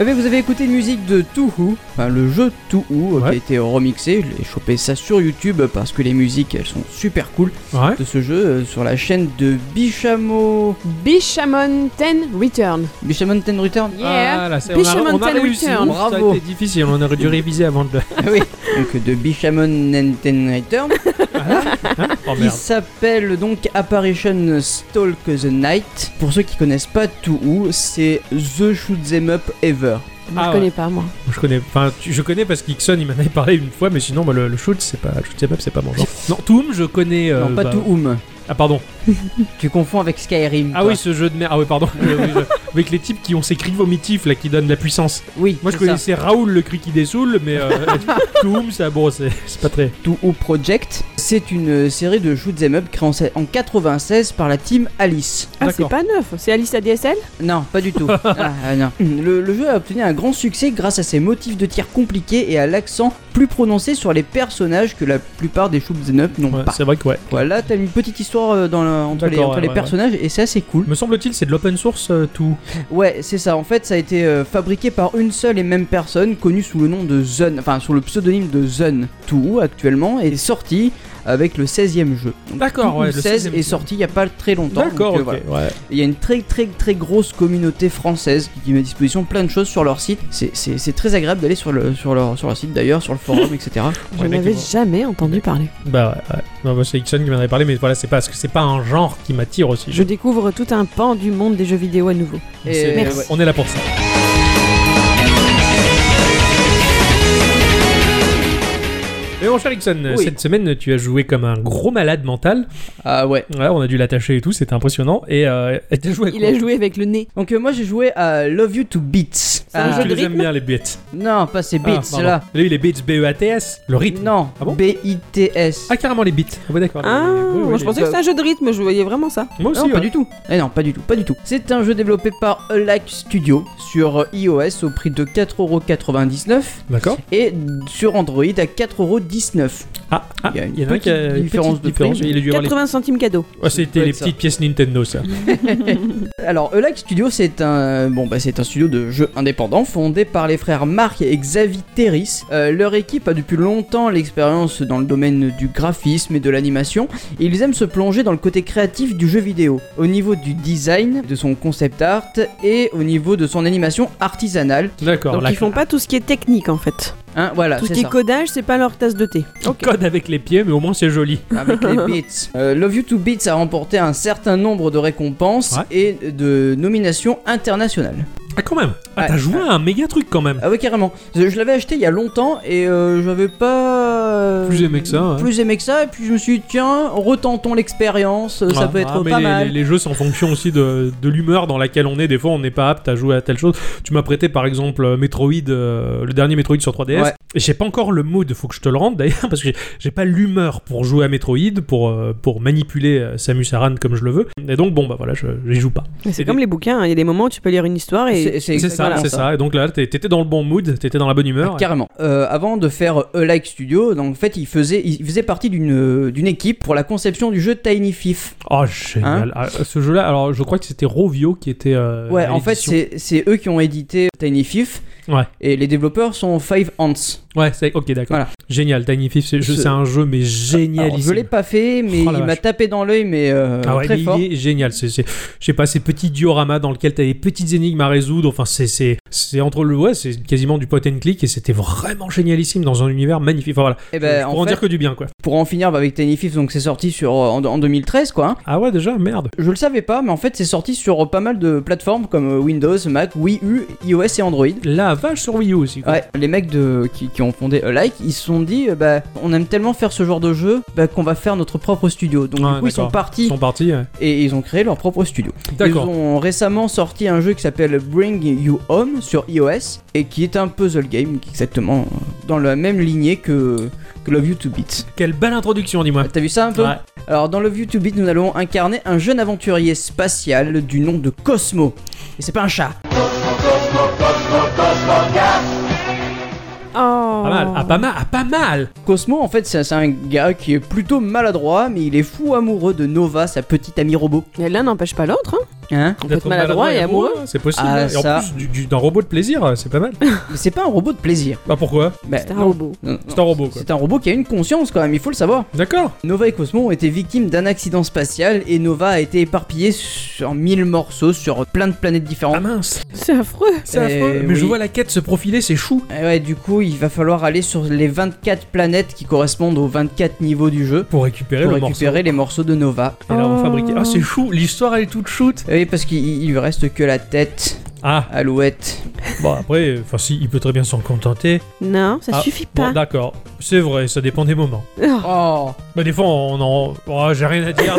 Eh bien, vous avez écouté une musique de Too Who, enfin le jeu Too Who, euh, qui a
Ouais.
été remixé. J'ai chopé ça sur YouTube euh, parce que les musiques elles sont super cool
Ouais.
de ce jeu euh, sur la chaîne de Bichamo.
Bishamon 10 Return. Euh,
Bichamon Ten Return
Yeah.
Ah, là, c'est- on
Bishop
a, on a
Mountain hein.
réussi. Ça
Return.
a
Bravo.
été difficile, on aurait dû réviser avant de.
Ah oui, donc de Bichamon Ten Return.
Hein oh
Il
merde.
s'appelle donc Apparition Stalk the Night. Pour ceux qui connaissent pas Too Who, c'est The Shoot Them Up Ever.
Moi,
Ah
je
ouais.
connais pas, moi.
Je connais, enfin, tu- je connais parce qu'Ixon il m'en avait parlé une fois, mais sinon, bah, le, le shoot, c'est pas, shoot, c'est pas, c'est pas mon genre. Non, Toom, je connais. euh,
non, pas
bah,
Too Whom.
Ah, pardon.
Tu confonds avec Skyrim.
Ah
toi.
oui, ce jeu de merde. Ah oui, pardon. Oui, oui, je- Avec les types qui ont ces cris vomitifs là, qui donnent de la puissance.
Oui,
Moi, je
c'est ça.
connaissais Raoul, le cri qui dessoule, mais euh, Toom, ça, bon, c'est c'est pas très.
To Who Project. C'est une série de shoot 'em up créée en se- en 96 par la team Alice.
Ah, c'est
D'accord.
pas neuf. C'est Alice ADSL
Non, pas du tout. Ah, ah, non. Le, le jeu a obtenu un grand succès grâce à ses motifs de tir compliqués et à l'accent plus prononcé sur les personnages que la plupart des shoot 'em up n'ont
Ouais,
pas.
c'est vrai que ouais.
Voilà, t'as une petite histoire euh, dans la- entre les,
D'accord,
entre
ouais,
les
ouais,
personnages et c'est assez cool.
Me semble-t-il, c'est de l'open source euh, tout.
Ouais, c'est ça. En fait, ça a été euh, fabriqué par une seule et même personne, connue sous le nom de Zun, enfin sous le pseudonyme de Zun Tout actuellement, et est sorti avec le 16e jeu. Donc,
D'accord,
Too
ouais,
Who
le
16
16e
est
jeu.
sorti il y a pas très longtemps.
D'accord,
donc, euh,
ok.
voilà.
Ouais.
Il y a une très très très grosse communauté française qui met à disposition plein de choses sur leur site. C'est- C'est c'est très agréable d'aller sur, le, sur, leur, sur leur site d'ailleurs, sur le forum, etc.
J'en
Ouais,
avais
d'accord.
jamais entendu parler.
Bah ouais, ouais. Non, bah, c'est Ixon qui m'en avait parlé, mais voilà, c'est parce que c'est pas un genre qui m'attire aussi.
Je découvre tout un pan du monde des jeux vidéo à nouveau.
Mais
Et
c'est-
merci.
On est là pour ça. Mais mon cher Ixon,
Oui.
cette semaine, tu as joué comme un gros malade mental.
Ah ouais.
Ouais, on a dû l'attacher et tout, c'était impressionnant. Et euh, et t'as joué à
Il
quoi
a joué avec le nez.
Donc euh, moi j'ai joué à Love You to Beats.
un
Ah,
jeu
tu
de
les aimes
rythme
bien les beats.
Non, pas ces
Ah,
beats
pardon.
là.
Lui, les beats E B-E-A-T-S, le rythme.
Non,
Ah bon
B-I-T-S.
Ah, carrément les beats. Ah, ouais, d'accord.
Ah,
Les- oui, oui,
moi je
les-
pensais que c'était un jeu de rythme, je voyais vraiment ça.
Moi aussi,
non, pas
ouais.
du tout. Eh non, pas du tout, pas du tout. C'est un jeu développé par Alike Studio sur euh, iOS au prix de 4,99€
D'accord.
et sur Android à 4,19€.
Ah, ah,
Il y a une
il y en a un qui a
petite
une
différence
petite
de prix,
différence.
mais-
Il a dû avoir les-
80 centimes cadeau.
Ah, c'était
doit
les
être ça.
petites pièces Nintendo, ça.
Alors, Elac Studio, c'est un, bon, bah, c'est un studio de jeux indépendants fondé par les frères Marc et Xavier Terris. Euh, leur équipe a depuis longtemps l'expérience dans le domaine du graphisme et de l'animation. et Ils aiment se plonger dans le côté créatif du jeu vidéo, au niveau du design, de son concept art et au niveau de son animation artisanale.
D'accord.
Donc
la- Ah,
ils font pas tout ce qui est technique en fait.
Hein, voilà,
tout ce
c'est
qui
ça.
est codage, c'est pas leur tasse de thé.
Ils codent avec les pieds, mais au moins c'est joli.
avec les Beats. Euh, Love You to Beats a remporté un certain nombre de récompenses et de nominations internationales.
Ah, quand même. Ah,
Ouais.
t'as joué à un méga truc quand même.
Ah oui, carrément. Je, je l'avais acheté il y a longtemps et euh, j'avais pas. euh,
Plus aimé que ça, ouais.
Plus aimé que ça, et puis je me suis dit, tiens, retentons l'expérience, euh, ça
Ah,
peut être
ah, mais
pas
les,
mal.
les- les jeux sont en fonction aussi de, de l'humeur dans laquelle on est. Des fois, on n'est pas apte à jouer à telle chose. Tu m'as prêté par exemple euh, Metroid, euh, le dernier Metroid sur 3DS.
Ouais.
Et J'ai pas encore le mood, faut que je te le rende d'ailleurs, parce que j'ai- j'ai pas l'humeur pour jouer à Metroid, pour, euh, pour manipuler euh, Samus Aran comme je le veux. Et donc, bon, bah voilà, je j'y joue pas.
Mais C'est
Et
comme
des-
les bouquins, hein. il y a des moments où tu peux lire une histoire
c'est
et.
C'est ça,
exactement
c'est ça. Et donc là, t'es- t'étais dans le bon mood, t'étais dans la bonne humeur.
Carrément. Euh, avant de faire euh, A Like Studio, donc, en fait, il faisait, il faisait partie d'une euh, d'une équipe pour la conception du jeu Tiny Thief.
Oh, génial. Ah, ce jeu-là, alors je crois que c'était Rovio qui était. euh,
Hein ouais,
à
en fait,
l'édition.
c'est c'est eux qui ont édité Tiny Thief.
Ouais.
Et les développeurs sont Five Ants.
Ouais, c'est ok, d'accord.
Voilà.
Génial, Tiny Thief, c'est
Ce-
c'est un jeu, mais génial
Alors, je l'ai pas fait, mais
Oh la
il m'a
vache.
tapé dans l'œil, mais euh,
Ah ouais,
très
mais
fort.
il est génial. C'est, c'est- je sais pas, ces petits dioramas dans lesquels t'as des petites énigmes à résoudre. Enfin, c'est, c'est, c'est entre le ouais, c'est quasiment du pot and click et c'était vraiment génialissime dans un univers magnifique. Enfin voilà,
Et ben,
je
en
pourrais en
fait,
dire que du bien quoi.
pour en finir bah, avec Tiny Fifth, donc c'est sorti sur, euh, en, en 2013 quoi. hein.
Ah ouais, déjà merde.
Je le savais pas, mais en fait c'est sorti sur euh, pas mal de plateformes comme euh, Windows, Mac, Wii U, iOS et Android.
La vache sur Wii U aussi. Quoi.
Ouais, les mecs de, qui, qui ont fondé Like, ils se sont dit, euh, bah, on aime tellement faire ce genre de jeu, bah, qu'on va faire notre propre studio. Donc
Ah Ouais,
du coup, ils sont
d'accord.
partis
Ils sont partis. ouais.
et ils ont créé leur propre studio. Ils
D'accord.
ont récemment sorti un jeu qui s'appelle Bring You Home sur iOS et qui est un puzzle game, qui est exactement euh, dans la même lignée que, que Love You To Beat.
Quelle belle introduction, dis-moi.
T'as vu ça un peu
Ouais.
Alors dans le View to Beat, nous allons incarner un jeune aventurier spatial du nom de Cosmo. Et c'est pas un chat.
Oh
Pas mal. Ah pas mal. Ah pas mal.
Cosmo, en fait, c'est c'est un gars qui est plutôt maladroit, mais il est fou amoureux de Nova, sa petite amie robot.
Et L'un n'empêche pas l'autre. hein.
Hein
D'être
maladroit et amoureux.
C'est possible.
Ah,
et en
ça.
plus, du- du- d'un robot de plaisir, c'est pas mal.
Mais c'est pas un robot de plaisir.
Bah pourquoi
Bah,
C'est un
non,
robot.
non, non.
C'est un robot, quoi.
C'est un robot qui a une conscience quand même, il faut le savoir.
D'accord.
Nova et Cosmo ont été victimes d'un accident spatial et Nova a été éparpillée sur mille morceaux sur plein de planètes
Ah
différentes.
mince.
C'est affreux.
C'est
Eh
affreux. Mais
oui.
je vois la quête se profiler, c'est chou.
Et ouais, du coup, il va falloir aller sur les 24 planètes qui correspondent aux 24 niveaux du jeu
Pour récupérer
pour
le
récupérer les morceaux de Nova.
morceau. Et la refabriquer. Ah, c'est chou. L'histoire, elle est toute shoot.
Oui, parce qu'il il lui reste que la tête,
Ah,
Alouette.
bon, après, enfin, si, il peut très bien s'en contenter.
Non, ça
Ah,
suffit
Bon,
pas.
d'accord. C'est vrai, ça dépend des moments.
Oh
Bah, des fois, on en. Oh, j'ai rien à dire.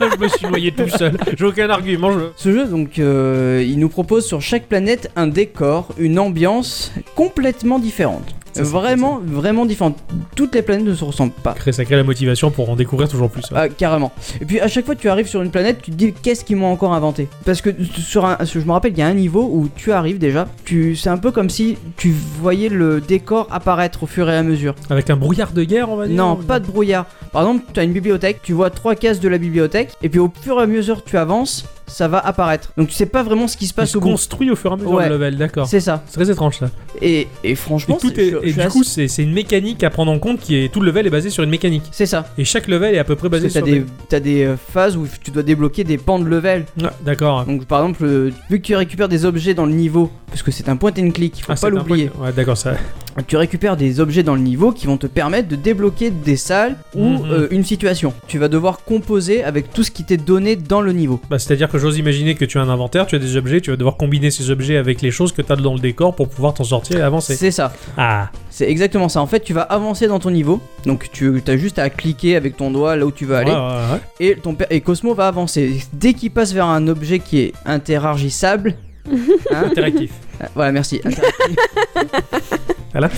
je me suis noyé tout seul. J'ai aucun argument. Je...
Ce jeu, donc, euh, il nous propose sur chaque planète un décor, une ambiance complètement différente.
Ça, c'est
vraiment, vraiment différente. Toutes les planètes ne se ressemblent pas.
Cré- Ça crée la motivation pour en découvrir toujours plus. ouais.
Ah, carrément. Et puis à chaque fois que tu arrives sur une planète, tu te dis qu'est-ce qu'ils m'ont encore inventé Parce que sur un, je me rappelle, il y a un niveau où tu arrives déjà, tu, c'est un peu comme si tu voyais le décor apparaître au fur et à mesure.
Avec un brouillard de guerre, on va dire
Non, pas de brouillard. Par exemple, tu as une bibliothèque, tu vois trois cases de la bibliothèque, et puis au fur et à mesure que tu avances, ça va apparaître. Donc tu sais pas vraiment ce qui se
Il
passe
se
au bout.
construit au fur et à mesure
Ouais.
du level, d'accord.
C'est ça.
C'est très étrange ça.
Et, et
Et,
franchement,
tout
c'est-
est,
je-
et
je suis
du
assez-
coup, c'est c'est une mécanique à prendre en compte qui est tout le level est basé sur une mécanique.
c'est ça.
Et chaque level est à peu près
Parce
basé
que t'as
sur.
des, t'as des euh, phases où tu dois débloquer des pans de level.
Ouais, d'accord.
Donc par exemple, euh, vu que tu récupères des objets dans le niveau, parce que c'est un point and click, faut
Ah, c'est
pas
un
l'oublier.
point- Ouais, d'accord, ça.
Tu récupères des objets dans le niveau qui vont te permettre de débloquer des salles ou
Mhm.
euh, une situation. Tu vas devoir composer avec tout ce qui t'est donné dans le niveau.
Bah, c'est-à-dire que j'ose imaginer que tu as un inventaire, tu as des objets, tu vas devoir combiner ces objets avec les choses que tu as dans le décor pour pouvoir t'en sortir et avancer.
C'est ça.
Ah,
C'est exactement ça. En fait, tu vas avancer dans ton niveau. Donc tu as juste à cliquer avec ton doigt là où tu veux aller.
ouais, ouais, ouais.
Et, ton, père- et Cosmo va avancer. Dès qu'il passe vers un objet qui est interagissable. hein,
interactif.
Ah, Voilà, merci. Interactif.
Voilà.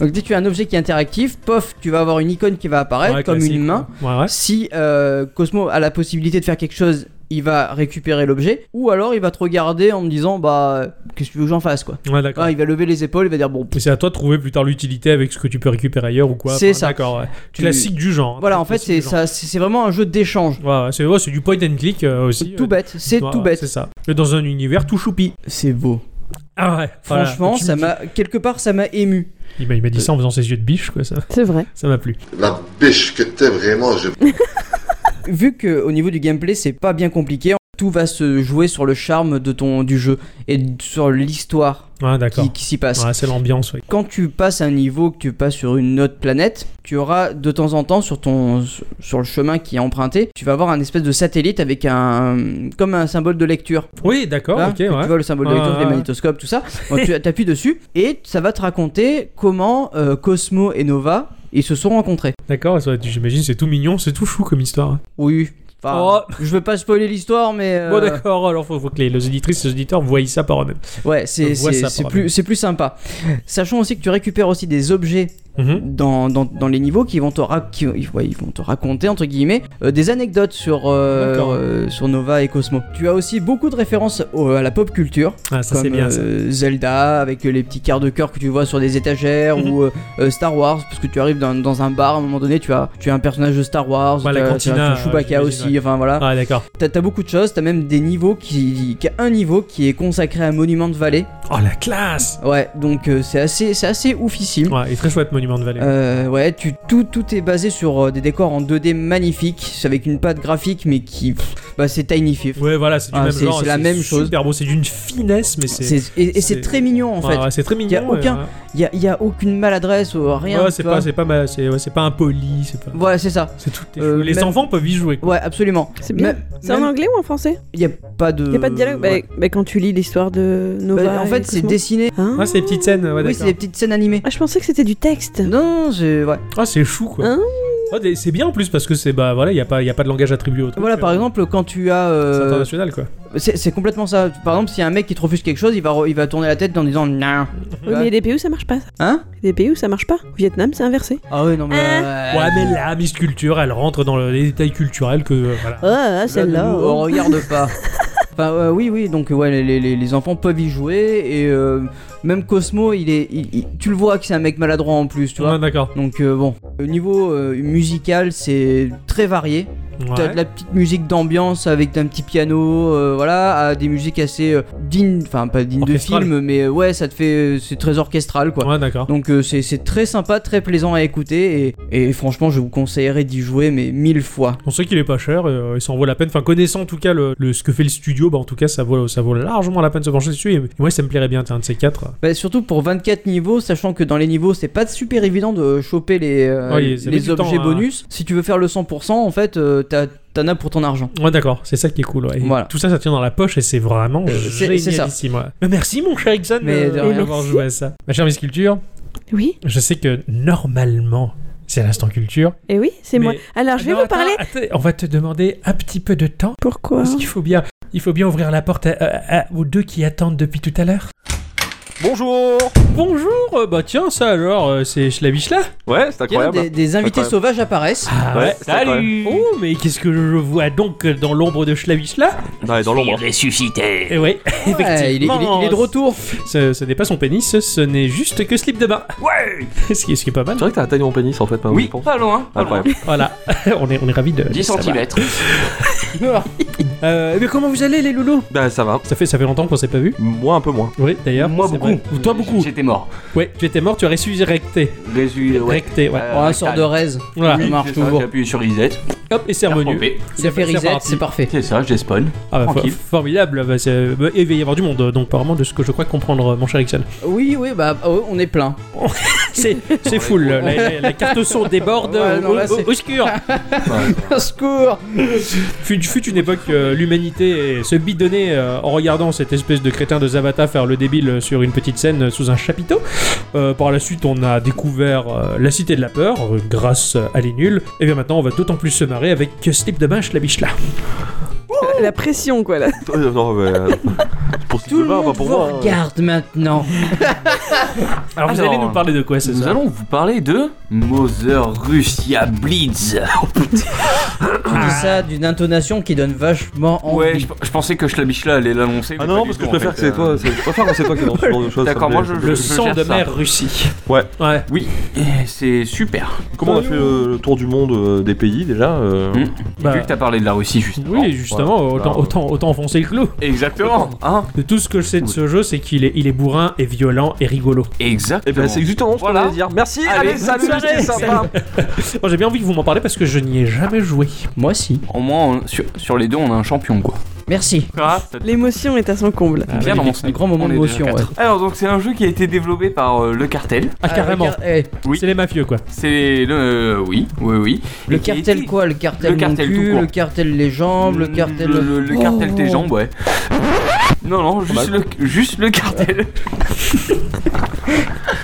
Donc dès que tu as un objet qui est interactif, pof, tu vas avoir une icône qui va apparaître
Ouais,
comme
classique,
une main.
Ouais, ouais.
Si euh, Cosmo a la possibilité de faire quelque chose, il va récupérer l'objet, ou alors il va te regarder en me disant bah qu'est-ce que tu veux que j'en fasse quoi.
Ouais, d'accord.
Ah, il va lever les épaules, il va dire bon.
Et c'est à toi de trouver plus tard l'utilité avec ce que tu peux récupérer ailleurs ou quoi.
C'est ça.
D'accord, ouais.
Tu-
Classique du genre. hein,
Voilà, en fait
classique
c'est
du genre.
ça, c'est c'est vraiment un jeu d'échange.
Ouais, ouais, c'est ouais, c'est du point and click euh, aussi.
Tout
euh,
bête, c'est
ouais,
tout
ouais, C'est
bête.
ça. Mais Dans un univers tout choupi.
C'est beau.
Ah ouais. voilà.
Franchement,
Tu me
ça
dis-
m'a quelque part ça m'a ému.
Il m'a il m'a dit ça en faisant ses yeux de biche, quoi. Ça
C'est vrai.
ça m'a plu.
La biche que t'es vraiment, je
Vu que au niveau du gameplay c'est pas bien compliqué, tout va se jouer sur le charme de ton du jeu et sur l'histoire
Ouais, d'accord.
qui, qui s'y passe.
Ouais, c'est l'ambiance, ouais.
Quand tu passes un niveau, que tu passes sur une autre planète, tu auras de temps en temps sur ton sur le chemin qui est emprunté, tu vas avoir un espèce de satellite avec un comme un symbole de lecture.
Oui, d'accord,
Hein,
ok,
que Tu
ouais.
vois le symbole de
Ouais,
lecture, les
ouais.
magnétoscopes, tout ça. Bon, tu appuies dessus et ça va te raconter comment euh, Cosmo et Nova ils se sont rencontrés.
D'accord, ça va être- j'imagine, c'est tout mignon, c'est tout chou comme histoire.
Oui. Enfin,
Oh.
Je veux pas spoiler l'histoire, mais euh,
Bon, d'accord, alors faut, faut que les, les auditrices et les auditeurs voient ça par eux-mêmes.
ouais,
Je
c'est
vois
c'est-
ça,
c'est
par
plus
exemple.
c'est plus sympa. Sachant aussi que tu récupères aussi des objets
Mhm.
dans, dans- dans les niveaux qui vont te, ra- qui- ouais, ils vont te raconter entre guillemets euh, des anecdotes sur, euh,
D'accord.
euh, sur Nova et Cosmo. Tu as aussi beaucoup de références au- à la pop culture,
Ah, ça c'est
comme
bien ça.
euh, Zelda avec les petits quarts de cœur que tu vois sur des étagères
Mhm.
ou euh, euh, Star Wars parce que tu arrives dans, dans un bar à un moment donné tu as tu as un personnage de Star Wars,
Ouais,
tu
la
as- tu as
cantina,
sur Chewbacca
euh,
aussi,
j'imagine,
enfin voilà.
Ah, d'accord.
T'as t'as beaucoup de choses, t'as même des niveaux qui, qui- un niveau qui est consacré à un monument de vallée.
Oh, la classe
Ouais, donc euh, c'est assez c'est assez oufissime.
Ouais, et très chouette, Monument de Vallée.
Euh, ouais, tu, tout, tout est basé sur euh, des décors en 2D magnifiques, c'est avec une patte graphique, mais qui. pff, bah, c'est Tiny Fif.
Ouais, voilà, c'est du
ah,
même
c'est-
genre.
c'est la même chose.
Super beau, c'est d'une finesse, mais c'est.
C'est- et et c'est
c'est-
très mignon en
Ouais,
fait.
ouais, c'est très mignon.
Y a
ouais,
aucun-
ouais.
Il y a, y a aucune maladresse, ou rien.
Ouais, c'est
tu
pas,
vois.
c'est pas, ma- c'est ouais, c'est pas impoli, c'est pas.
Voilà, c'est ça.
C'est tout. est
Euh,
joué. les
même-
enfants peuvent y jouer. quoi.
Ouais, absolument.
C'est bien.
Même-
C'est en
même-
anglais ou en français
y a pas de.
Y a pas
Euh,
de dialogue. Bah,
ouais.
bah, quand tu lis l'histoire de Nova.
Bah, en
et
fait, c'est
Cosmo.
dessiné.
Hein
Ah, c'est les petites scènes, ouais,
oui, c'est
d'accord.
des petites scènes animées.
Ah, je pensais que c'était du texte.
Non, c'est. Ouais.
Ah, c'est chou quoi.
Hein
Ouais, des- c'est bien en plus parce que c'est bah voilà, y a pas, y a pas de langage attribué au truc.
Voilà,
euh,
par exemple, quand tu as.
C'est
euh,
international quoi.
c'est c'est complètement ça. Par exemple, s'il y a un mec qui te refuse quelque chose, il va, re- il va tourner la tête en disant. Non.
Oui, mais il y a des pays où ça marche pas. ça.
Hein
Il y a Des pays où ça marche pas. Au Vietnam, c'est inversé.
Ah ouais, non, mais. euh,
Ouais, mais la Miss Culture, elle rentre dans le- les détails culturels que. euh, voilà.
Ah,
Là, ne nous regarde pas. Enfin, Enfin, euh, oui, oui, donc ouais, les, les- les enfants peuvent y jouer et euh, même Cosmo, il est, il- il- tu le vois que c'est un mec maladroit en plus, tu vois.
Ouais, d'accord.
Donc euh, bon, au niveau euh, musical, c'est très varié. T'as de
Ouais.
la petite musique d'ambiance avec un petit piano, euh, voilà, à des musiques assez euh, dignes, enfin pas dignes de
Orchestrales.
film, mais euh, ouais, ça te fait, euh, c'est très orchestral quoi.
Ouais, d'accord.
Donc euh, c'est c'est très sympa, très plaisant à écouter et, et franchement je vous conseillerais d'y jouer mais mille fois.
On sait qu'il est pas cher, euh, il s'en vaut la peine. Enfin, connaissant en tout cas le, le- ce que fait le studio, bah en tout cas ça vaut, ça vaut largement la peine de se pencher dessus. Et, ouais, ça me plairait bien, t'es un de ces quatre.
Bah, surtout pour 24 niveaux, sachant que dans les niveaux c'est pas super évident de choper les, euh,
Ouais, ça met
les
du temps,
objets
hein.
bonus. Si tu veux faire le 100% en fait euh, t'as- t'en as pour ton argent.
Ouais, d'accord, c'est ça qui est cool. Ouais. Et
Voilà.
Tout ça, ça tient dans la poche et c'est vraiment
Euh, c'est- c'est ça.
génialissime. ouais. Mais merci, mon cher Ixon,
Mais de
euh,
rien.
d'avoir joué à ça. Ma chère Miss Culture,
Oui,
je sais que normalement, c'est l'instant culture.
et oui, c'est
Mais-
moi. Alors je vais
Non,
vous
attends,
parler.
attends, on va te demander un petit peu de temps
Pourquoi
parce qu'il faut bien, il faut bien ouvrir la porte à- à- à- aux deux qui attendent depuis tout à l'heure.
Bonjour
Bonjour, euh, bah tiens, ça alors, euh, c'est Schlavichla.
Ouais, c'est
Tiens,
incroyable.
Des, des invités
Incroyable.
sauvages apparaissent.
Ah
Ouais, c'est
salut Oh, mais qu'est-ce que je vois donc dans l'ombre de Schlavichla
Ouais, dans l'ombre. hein.
Eh ouais, effectivement.
Ouais, il, est, il est- il est de retour.
Ce, ce n'est pas son pénis, ce n'est juste que slip de bain.
Ouais
ce, qui, ce qui est pas mal.
C'est vrai que t'as atteint mon pénis en fait, maintenant,
Oui,
je pense.
pas loin, pas loin.
Incroyable.
Voilà, on est, on est ravis de.
10
ça va.
cm.
Euh, mais comment vous allez, les loulous
Bah, ça va.
ça fait, ça fait longtemps qu'on s'est pas vu.
Moi, un peu moins.
Oui, d'ailleurs.
Moi
c'est
beaucoup.
vrai. Toi beaucoup.
J'étais mort.
Ouais, tu étais mort, tu as ressuscité.
Résu, ouais.
Recté, ouais.
Euh,
Oh, un sort de raise.
Voilà.
ça marche
c'est ça,
toujours.
J'ai appuyé sur reset.
Hop, et c'est
j'ai
revenu.
repompé.
Il a fait
C'est
reset,
parti.
c'est parfait.
C'est ça, j'ai spawn.
Ah bah, for-
Tranquille.
formidable. Bah, c'est- bah, il va y avoir du monde, euh, donc apparemment, de ce que je crois comprendre, euh, mon cher Ixon.
Oui, oui, bah oh, on est plein.
C'est c'est full. La, la- la carte son déborde
Ouais,
euh,
non, là,
au, au-
c'est-
au secours.
Au secours
Fut, fut une époque, euh, l'humanité se bidonnait euh, en regardant cette espèce de crétin de Zavata faire le débile sur une petite scène euh, sous un chapiteau. Euh, par la suite, on a découvert euh, la cité de la peur euh, grâce à les nuls. Et bien maintenant, on va d'autant plus se marrer avec Slip de Binge, la biche là.
La pression quoi là.
Euh, non, mais. euh, pour ce
Tout le
bah,
débat,
monde
pas pour
vous
moi. hein.
regarde maintenant.
Alors, vous
Alors,
allez Ah nous parler de quoi, c'est
Nous
ça
allons vous parler de Mother Russia Blitz.
Ah
Tu dis ça d'une intonation qui donne vachement
Ouais,
envie.
je, je pensais que Schlabichla allait l'annoncer.
Ah
mais
non,
pas
non,
du
parce que je
tout,
préfère
en
que
fait,
c'est toi,
euh.
c'est- je préfère que c'est toi qui est dans ce genre de choses. ça
D'accord,
me
moi
plaît.
je.
Le
je- je
sang
gère
de
ça.
mer Russie.
Ouais.
Ouais.
Oui, et eh, c'est super.
Comment on a fait euh, le tour du monde euh, des pays déjà euh,
Hmm. Et
Bah,
Vu que t'as Oh, parlé de la Russie, justement.
Oui, justement,
voilà.
autant,
Bah,
autant, autant enfoncer le clou.
Exactement. Hein
De tout ce que je sais de
Oui.
ce jeu, c'est qu'il est, il est bourrin et violent et rigolo.
Et
Exactement.
ben, c'est exactement ce qu'on
Voilà.
allait dire. Merci,
Allez,
allez, salut,
bonne
c'était
soirée.
sympa.
Moi, J'ai bien envie que vous m'en parlez parce que je n'y ai jamais joué.
Moi si.
Au moins, on- sur, sur les deux, on a un champion, quoi.
Merci.
Ah.
L'émotion est à son comble.
Ah,
bien dans mon
Un
sac.
grand moment
On est
d'émotion,
déjà
ouais.
quatre. Alors, donc, c'est un jeu qui a été développé par euh, le cartel.
Ah, carrément.
Ah, le, car- eh,
Oui.
C'est les mafieux, quoi.
C'est le. oui, oui, oui.
le
Et qui a
cartel
été-
quoi Le cartel
Le cartel
mon cul,
tout court.
le cartel les jambes, Oh, le cartel...
Le, le- le
Oh.
cartel tes jambes, ouais. Non, non, juste,
Bah.
le, juste le cartel.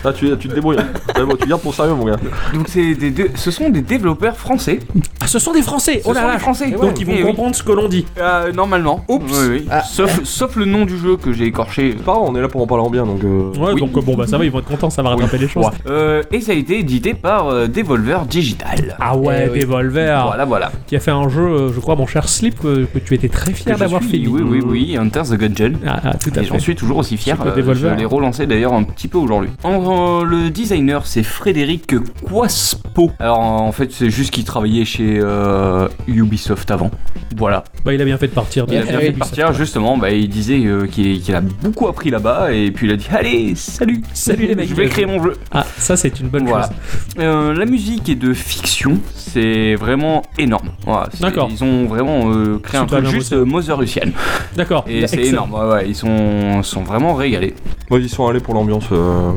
Ah, tu, tu te débrouilles. hein. Ouais, bon, tu viens pour sérieux, mon gars.
Donc, c'est des deux- ce sont des développeurs français.
Ah, ce sont des Français
Ce sont des Français.
Donc ils vont
Eh oui.
comprendre ce que l'on dit.
Euh, normalement. Oups.
Ah.
Sauf, sauf le nom du jeu que j'ai écorché. euh,
C'est pas grave, on est là pour en parler en bien, donc. euh,
Ouais,
Oui.
donc euh, bon, bah ça va, ils vont être contents, ça va rattraper les choses.
Ouais. Euh, et ça a été édité par euh, Devolver Digital.
Ah ouais,
Eh oui.
Devolver,
Voilà, voilà.
qui a fait un jeu, euh, je crois, mon cher Slip, euh, que tu étais très fier
Je
d'avoir
suis-
fini.
Oui, oui, oui, Hunter the Gungeon.
Ah, ah, tout à
Et j'en
fait.
suis toujours aussi fier.
C'est pas
euh,
Devolver.
je l'ai relancé d'ailleurs un petit peu aujourd'hui. En- euh, le designer, c'est Frédéric Quaspo. Alors en fait, c'est juste qu'il travaillait chez euh, Ubisoft avant. Voilà.
Bah, il a bien fait de partir. de-
Il a bien
oui,
fait de partir, justement. Bah, il disait euh, qu'il qu'il a beaucoup appris là-bas et puis il a dit Allez, salut
Salut les mecs.
Je vais créer mon jeu.
Ah, ça, c'est une bonne
Voilà.
chose.
Euh, la musique est de fiction, c'est vraiment énorme. Voilà, c'est-
D'accord.
Ils ont vraiment euh, créé un
Super
truc
bien
juste
bossé.
euh, Mother Russian.
D'accord.
Et c'est
Excellent.
énorme, ouais, ouais, ils sont, sont vraiment régalés.
Moi, ils sont allés pour l'ambiance. euh,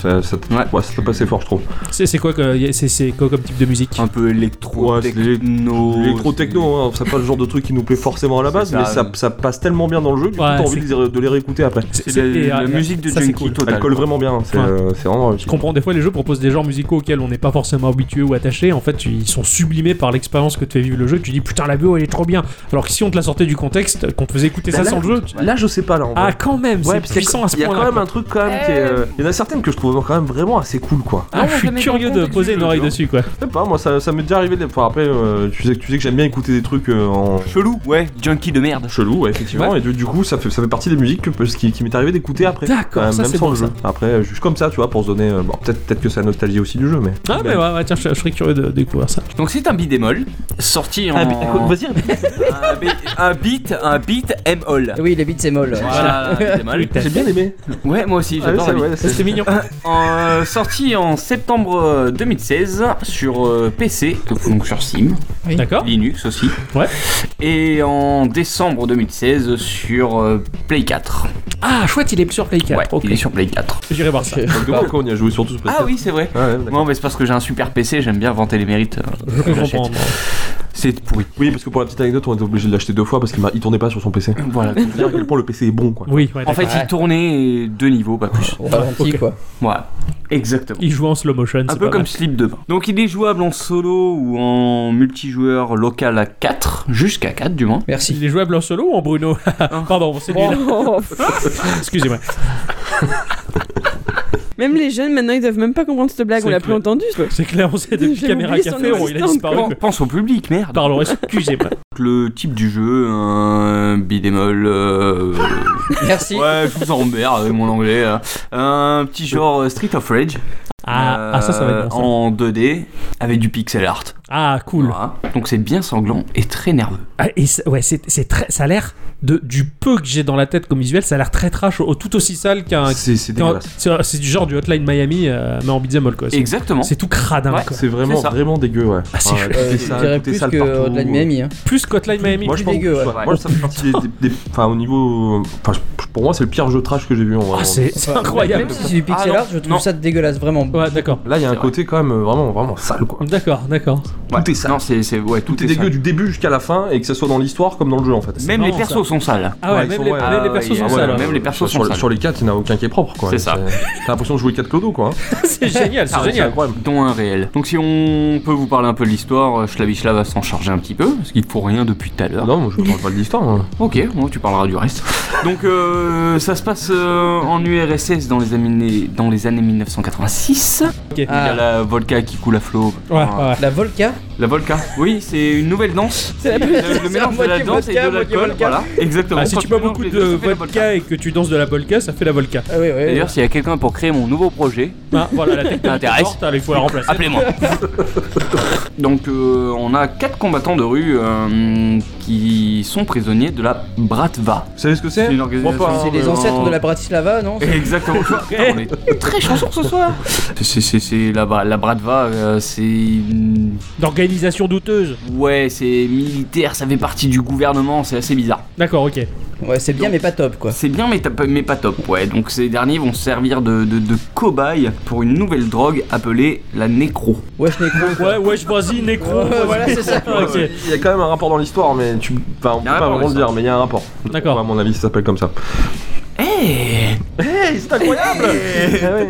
Ça, ça,
Ouais.
ouais, ça peut passer fort, je trouve.
C'est c'est quoi, que- y a- c'est- c'est quoi comme type de musique
Ah,
un peu électro
Ouais, c'est l'élec-
techno
L'électro-techno, hein, c'est pas le genre de truc qui nous plaît forcément à la
C'est
base,
ça,
mais ça,
ouais.
ça passe tellement bien dans le jeu que
Ouais,
t'as envie de les, de les réécouter après.
c'est la,
et,
la
euh,
musique de
ça, c'est
Junkie
cool.
total
Elle colle hein. vraiment bien, hein, c'est
Ouais.
euh, c'est vraiment réussi.
Je comprends, des fois les jeux proposent des genres musicaux auxquels on n'est pas forcément habitué ou attaché. En fait, ils sont sublimés par l'expérience que te fait vivre le jeu. Tu dis putain, la BO elle est trop bien. Alors que si on te la sortait du contexte, qu'on te faisait écouter
Bah,
ça
là,
sans le jeu, tu-
Là, je sais pas, là, en
Ah,
vrai.
quand même,
Ouais,
c'est
parce qu'il y a-
puissant à ce
Il y a
point-là.
quand même un truc quand même qui est. euh, Il y en a certaines que je trouve trouve quand même vraiment assez cool quoi.
Ah, je suis curieux de poser une oreille dessus, quoi.
Je sais pas, moi ça, ça m'est déjà arrivé. De... Enfin, après, euh, tu sais, tu sais que j'aime bien écouter des trucs euh, en
Chelou, ouais, junkie de merde.
chelou, ouais, effectivement. Et du, du coup, ça fait, ça fait partie des musiques que, ce qui, qui m'est arrivé d'écouter après.
D'accord,
Quand même,
ça,
même
c'est
sans
bon,
le jeu. Après, euh, juste comme ça, tu vois, pour se donner. euh, bon, peut-être peut que c'est la nostalgie aussi du jeu, mais.
Ah, mais ouais, ouais, tiens, je, je serais curieux de découvrir ça.
Donc c'est un bidémol, sorti en...
Ah, mais- écoute, vas-y,
un, bi- un beat, un beat M-all.
Ah Oui, les bits c'est molle.
Voilà, bidémol.
j'ai bien aimé.
Ah, Ouais, moi aussi,
Ouais,
j'adore
ça,
la beat.
ouais, c'est-
C'était mignon.
En, euh, sorti en septembre euh, 2016 sur euh, PC, donc sur Steam,
D'accord.
Linux aussi.
Ouais.
Et en décembre 2016 sur euh, Play 4.
Ah, chouette, il est sur Play 4.
ouais,
ok.
il est sur Play 4.
J'irai voir ça.
Donc, de pourquoi on y a joué surtout ce
Ah oui, c'est vrai.
Ouais, ouais, d'accord.
Non, mais c'est parce que j'ai un super PC, j'aime bien vanter les mérites. euh,
Je peux
j'achète.
comprendre.
C'est pourri.
Oui, parce que pour la petite anecdote, on était obligé de l'acheter deux fois parce qu'il m'a- il tournait pas sur son PC.
Voilà.
Pour dire à quel point le PC est bon, quoi.
Oui, ouais,
En fait, il tournait deux niveaux, pas plus.
Pas gentil,
ok.
quoi.
Voilà. Exactement.
il joue en slow motion.
Un
c'est
peu
pas
comme
mal.
Slip de Vin. Donc il est jouable en solo ou en multijoueur local à 4, jusqu'à 4 du moins.
Merci.
Il est jouable en solo ou en Bruno Pardon, c'est nul.
Oh.
Excusez-moi.
Même les jeunes maintenant ils doivent même pas comprendre cette blague,
C'est
on l'a
clair.
plus entendue.
C'est clair, on sait depuis
J'ai
Caméra
oublié son
Café, on- il a
existence,
disparu.
Pen- Pense au public, merde.
Pardon, excusez-moi.
Le type du jeu, un bidémol. euh,
Merci.
ouais, je vous emmerde avec mon anglais. euh, Un petit genre euh, Street of Rage.
Ah,
euh,
ah, ça, ça va être bon. ça.
En 2D, avec du pixel art.
Ah, cool.
Voilà. Donc c'est bien sanglant et très nerveux.
Ah, et ça- ouais, c'est c'est très, ça a l'air de du peu que j'ai dans la tête comme visuel, ça a l'air très trash, au- tout aussi sale qu'un.
C'est c'est
qu'un-
dégueulasse.
C'est c'est du genre du Hotline Miami, euh, mais en beat'em all, quoi. C'est-
Exactement.
C'est tout cradin.
Ouais.
quoi.
C'est vraiment,
C'est ça.
vraiment dégueu, ouais.
Ah, c'est
Ouais,
chouette.
tout est
Euh, je
sale,
dirais
tout est
plus
sale
que
partout.
euh, de la Miami. Hein.
Plus qu'Hotline Miami.
Moi, je pense,
dégueu, ouais.
ouais, moi, ça fait partie des, des- des- enfin, au niveau, enfin, je- pour moi, c'est le pire jeu trash que j'ai vu en vrai.
Ah, c'est c'est
Enfin,
incroyable.
Même si c'est du pixel
Ah, non.
art, je trouve
Non.
ça dégueulasse, vraiment.
Ouais, d'accord.
Là, il y a un
C'est vrai.
côté quand même euh, vraiment, vraiment sale, quoi.
D'accord, d'accord.
Ouais.
tout est sale.
Non, c'est c'est- ouais, tout,
Tout est
est
dégueu
sale.
du début jusqu'à la fin, et que ce soit dans l'histoire comme dans le jeu, en fait.
Même les
marrant,
persos sont sales.
Ah ouais,
ils
même
sont-
les,
ouais.
même
Ah
les persos
ouais,
sont
ouais,
sales. hein.
même les persos sont
sur,
sales.
sur les 4, il n'y en a aucun qui est propre, quoi.
C'est ça. Ah,
T'as l'impression de jouer 4 clodos, quoi. hein.
C'est génial, c'est
C'est
génial.
incroyable.
dont un réel. Donc si on peut vous parler un peu de l'histoire, euh, Slavislav va s'en charger un petit peu, parce qu'il faut rien depuis tout à l'heure.
Non, moi, je parle pas de l'histoire. hein. moi.
Ok, bon, tu parleras du reste. Donc euh, ça se passe euh, en URSS dans les années, dans les années 1986. Il y a
Ah,
la Volca qui coule à flot.
Ouais,
Ah,
ouais.
la Volca.
La Volca, oui, c'est une nouvelle danse.
C'est la-
le,
c'est
le mélange de
moitié
la danse
vodka,
et de
moitié
l'alcool.
vodka.
Voilà, exactement.
Ah, si
Quand
tu bois
mélanges
beaucoup
les
de
deux, ça fait la
vodka et que tu danses de la volca, ça fait la volca.
Ah oui, oui, oui.
D'ailleurs, s'il y a quelqu'un pour créer mon nouveau projet,
Ah, voilà, la technique
Ça intéresse.
morte, allez, il faut la remplacer.
Appelez-moi. Donc euh, on a quatre combattants de rue euh, qui sont prisonniers de la Bratva.
Vous savez ce que c'est
C'est une organisation-
Moi, pas, hein.
C'est
mais
les
Ah, non.
ancêtres de la Bratislava, non
Exactement. Putain, on est très chanson ce soir. C'est- C'est c'est la, Bra- la Bratva, euh, c'est une-
D'organisation douteuse.
ouais, c'est militaire, ça fait partie du gouvernement, c'est assez bizarre.
D'accord, ok.
Ouais, c'est bien, mais pas top, quoi.
C'est bien, mais, t'as pas- mais pas top, ouais. Donc ces derniers vont servir de, de, de cobayes pour une nouvelle drogue appelée la nécro.
Wesh, Necro.
Ouais, ouais, je vas-y, nécro.
Ouais, voilà, c'est ça.
Ah, Ok.
Il y a quand même un rapport dans l'histoire, mais tu. Enfin, on peut
Il y a un
pas
rapport
vraiment
dans
le dire, mais il y a un rapport.
D'accord.
À mon avis, ça s'appelle comme ça.
Eh
c'est incroyable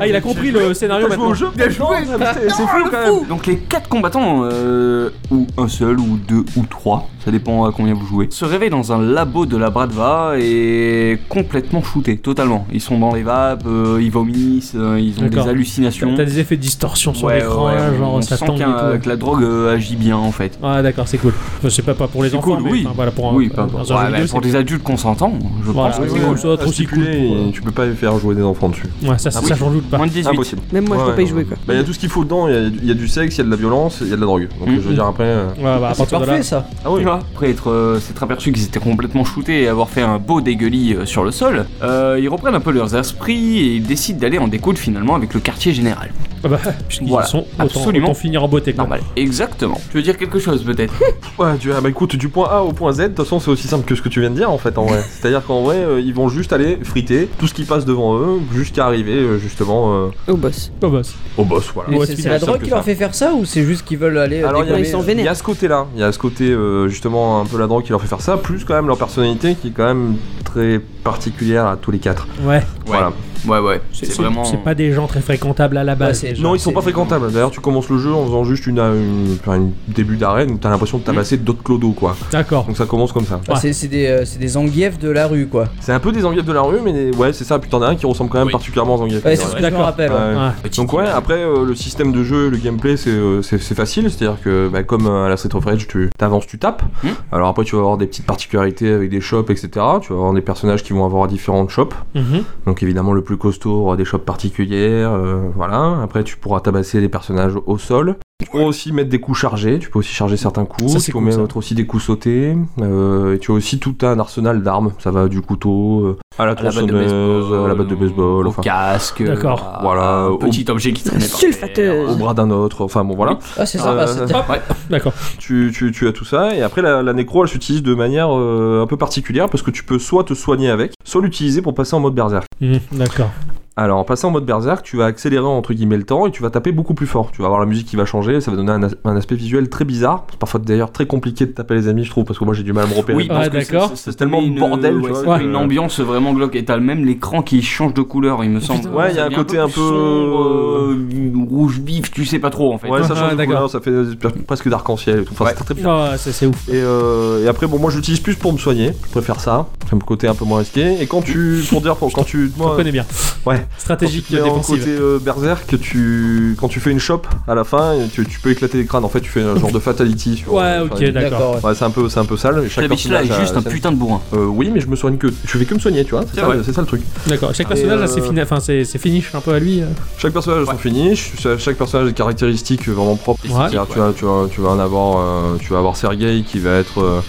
Ah, il a compris le scénario maintenant.
jeu C'est fou quand même
Donc les quatre combattants, euh, ou un seul, ou deux, ou trois, ça dépend à combien vous jouez, se réveillent dans un labo de la Bradva et complètement shootés, totalement. Ils sont dans les vapes, euh, ils vomissent, euh, ils ont des
D'accord.
hallucinations.
T'as t'as des effets de distorsion sur
Ouais,
l'écran,
ouais,
là,
on- on
genre ça
sent
tangue et
qu'un-
tout.
que la drogue euh, agit bien en fait.
Ah d'accord, c'est cool. Enfin, c'est pas, pas pour les
C'est
enfants,
cool,
mais
oui.
enfin, voilà, pour un,
oui,
euh, un-
pas,
un
ouais,
jeu
bah,
vidéo,
pour
c'est-
des adultes consentants, je
Voilà,
pense que
oui,
c'est
oui,
cool.
Ah, ça doit être aussi cool. euh.
Stipulé, Tu peux pas faire jouer des enfants dessus.
Ouais, ça,
Ah
ça
oui.
j'en doute pas.
Moins de 18.
Impossible.
Même moi je peux
Ouais,
pas y
ouais.
jouer quoi.
Bah, il y a tout ce qu'il faut dedans, il y a- il y, a du sexe, il y a de la violence, il y a de la drogue. Donc
Mhm.
Mm-hmm.
je veux dire après. euh,
Ouais, bah, à
C'est
partir de là.
parfait, ça.
Ah oui,
Tu vois, Après être, euh, s'être aperçu qu'ils étaient complètement shootés et avoir fait un beau dégueulis euh, sur le sol, euh, ils reprennent un peu leurs esprits et ils décident d'aller en découdre finalement avec le quartier général.
Ah bah, puisqu'ils
Voilà,
y sont, autant,
absolument.
autant finir en beauté. quoi.
Normal. Exactement. Tu veux dire quelque chose peut-être
ouais, tu- ah bah écoute, du point A au point Z, de toute façon c'est aussi simple que ce que tu viens de dire en fait en vrai. C'est-à-dire qu'en vrai, euh, ils vont juste aller friter tout ce qui passe devant eux jusqu'à arriver euh, justement euh,
Au boss.
Oh, boss.
au boss, voilà.
Ouais, c'est
Mais c'est c'est
bien
la
simple
drogue
que
qui leur
ça.
fait faire ça ou c'est juste qu'ils veulent aller euh,
Alors, il y a-
Ils
décoller,
sont
euh,
Il y
vénères.
a ce côté-là, il y a ce côté euh, justement un peu la drogue qui leur fait faire ça, plus quand même leur personnalité qui est quand même très particulière à tous les quatre.
Ouais,
Voilà.
Ouais, ouais.
c'est c'est pas des gens très fréquentables à la base.
Ouais, c'est genre-
Non, ils sont pas
c'est-
fréquentables. D'ailleurs, tu commences le jeu en faisant juste une, euh, une- enfin, une début d'arène où t'as l'impression de tabasser d'autres clodos, quoi.
D'accord.
Donc ça commence comme ça.
Bah, c'est- C'est des, euh, c'est des enguiefs de la rue, quoi.
C'est un peu des enguettes de la rue, mais des- ouais, c'est ça. Puis t'en as un qui ressemble quand même
Oui.
particulièrement aux enguettes.
Ouais, c'est ce que je me
D'accord.
rappelle.
Ouais.
Ouais.
Donc ouais, après euh, le système de jeu, le gameplay, c'est euh, c'est c'est facile, c'est-à-dire que bah, comme euh, à la Street of Rage, tu t'avances, tu tapes.
Hmm.
Alors après, tu vas avoir des petites particularités avec des shops, etc. Tu vas avoir des personnages qui vont avoir différentes shops.
Mhm.
Donc évidemment, le plus costaud aura des shops particulières, euh, voilà. Après, tu pourras tabasser les personnages au sol. Tu pourras aussi mettre des coups chargés. Tu peux aussi charger certains coups.
Ça, c'est
tu peux
cool, ça.
mettre aussi des coups sautés. Euh, et tu as aussi tout un arsenal d'armes. Ça va du couteau euh, à la
À euh, la batte de
tronçonneuse,
baseball.
à la batte de baseball,
au
enfin,
casque. euh,
D'accord.
à-
Voilà,
un
au-
Petit objet qui traînait. par
Sulfateuse.
au bras d'un autre. Enfin bon, voilà.
Ah, c'est sympa,
Euh,
c'était-
terre. Ouais.
D'accord.
tu, tu, tu as tout ça et après la, la nécro elle s'utilise de manière euh, un peu particulière parce que tu peux soit te soigner avec soit l'utiliser pour passer en mode berserk
Mhm, D'accord.
alors en passant en mode berserk tu vas accélérer entre guillemets le temps et tu vas taper beaucoup plus fort tu vas avoir la musique qui va changer ça va donner un, as- un aspect visuel très bizarre C'est parfois d'ailleurs très compliqué de taper les amis je trouve parce que moi j'ai du mal à me repérer
Oui,
Ouais,
parce que
d'accord.
c'est- c'est-
C'est tellement
une-
bordel, tu
ouais,
vois,
c'est
que-
Une ambiance vraiment glauque. Et t'as même l'écran qui change de couleur, il me semble.
Ouais, il y a un
Ça devient
côté un
plus
peu-
sombre, euh, rouge vif, tu sais pas trop en fait.
Ouais, ça change de
d'accord.
couleur, ça fait euh, presque d'arc-en-ciel et tout. Enfin,
Ah, Ouais.
c'est très, très
Ah, ça, c'est ouf.
Et, euh, et après, bon, moi j'utilise plus pour me soigner. Je préfère ça. C'est mon côté un peu moins risqué. Et quand tu. Pour dire, pour- quand tu.
Je
moi,
connais bien.
Ouais. quand tu
Stratégique
te mets en
défensive.
côté euh, berserk, tu. Quand tu fais une chope à la fin, tu, tu peux éclater les crânes. En fait, tu fais un genre de fatality. sur-
Ouais,
enfin,
ok,
une-
d'accord.
ouais.
Ouais, c'est un peu, c'est un peu sale. et chaque
La biche là
personnage
est
a-
juste un
sa-
putain de bourrin.
Euh, oui, mais je me soigne que. Je fais que me soigner, tu vois. C'est
C'est
ça,
vrai.
c'est ça le truc.
D'accord. Chaque
Et,
personnage,
euh,
là, c'est fini. Enfin, c'est c'est finish un peu à lui. euh.
Chaque personnage a son finish, cha- chaque personnage a des caractéristiques vraiment propres.
Ouais.
C'est-à-dire, tu, vas, tu, vas, tu vas en avoir, euh, tu vas avoir Sergei qui va être, euh,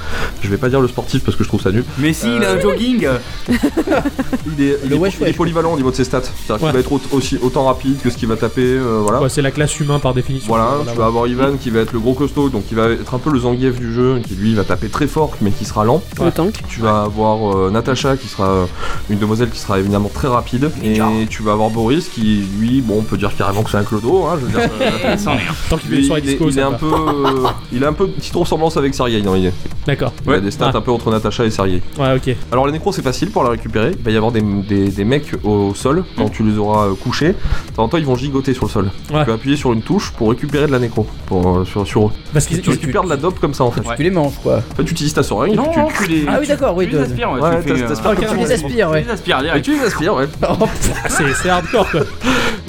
je vais pas dire le sportif parce que je trouve ça nul.
Mais si, il a un jogging euh,
Il est, il
Le
est-
wesh
il est
wesh.
polyvalent au niveau de ses stats. C'est-à-dire
Ouais.
qu'il va être au- aussi autant rapide que ce qu'il va taper. euh, voilà.
Ouais, c'est la classe humain par définition.
Voilà, tu vas avoir Ivan qui va être le gros costaud, donc il va être un peu le Zangief du jeu, qui lui va taper très fort, mais qui sera lent.
Le tank.
Tu vas avoir euh, Natacha qui sera euh, une demoiselle qui sera évidemment très rapide, et tu vas avoir Boris qui lui, bon, on peut dire carrément que c'est un clodo, hein, je veux dire. euh,
C'en est un.
Tant qu'il
il,
est sur les
il est-
discos,
il est
ça
un
va.
peu, euh, il a un peu une petite ressemblance avec Sergei dans l'idée.
D'accord.
Il a des
Ah.
stats hein. un peu entre Natacha et Sergei.
Ouais, ok.
Alors les nécros c'est facile pour la récupérer, il va y avoir des, des- des mecs au sol, quand tu les auras euh, couchés, de temps en temps ils vont gigoter sur le sol.
Ouais.
Tu vas appuyer sur une touche pour récupérer de la nécro, pour, euh, sur, sur eux.
Parce qu'ils
Tu récupères de la dope comme ça en fait.
Ouais.
Tu les manges, quoi.
En fait tu utilises ta seringue,
Non,
tu,
non,
tu-
tu les-
Ah oui, d'accord, oui,
tu les
toi-
aspires, ouais.
Ouais,
tu fais,
t'as-
euh,
t'aspires
Tu les aspires,
tu
ouais.
les aspires
et
direct.
tu les aspires, ouais.
Oh,
c'est c'est hardcore quoi.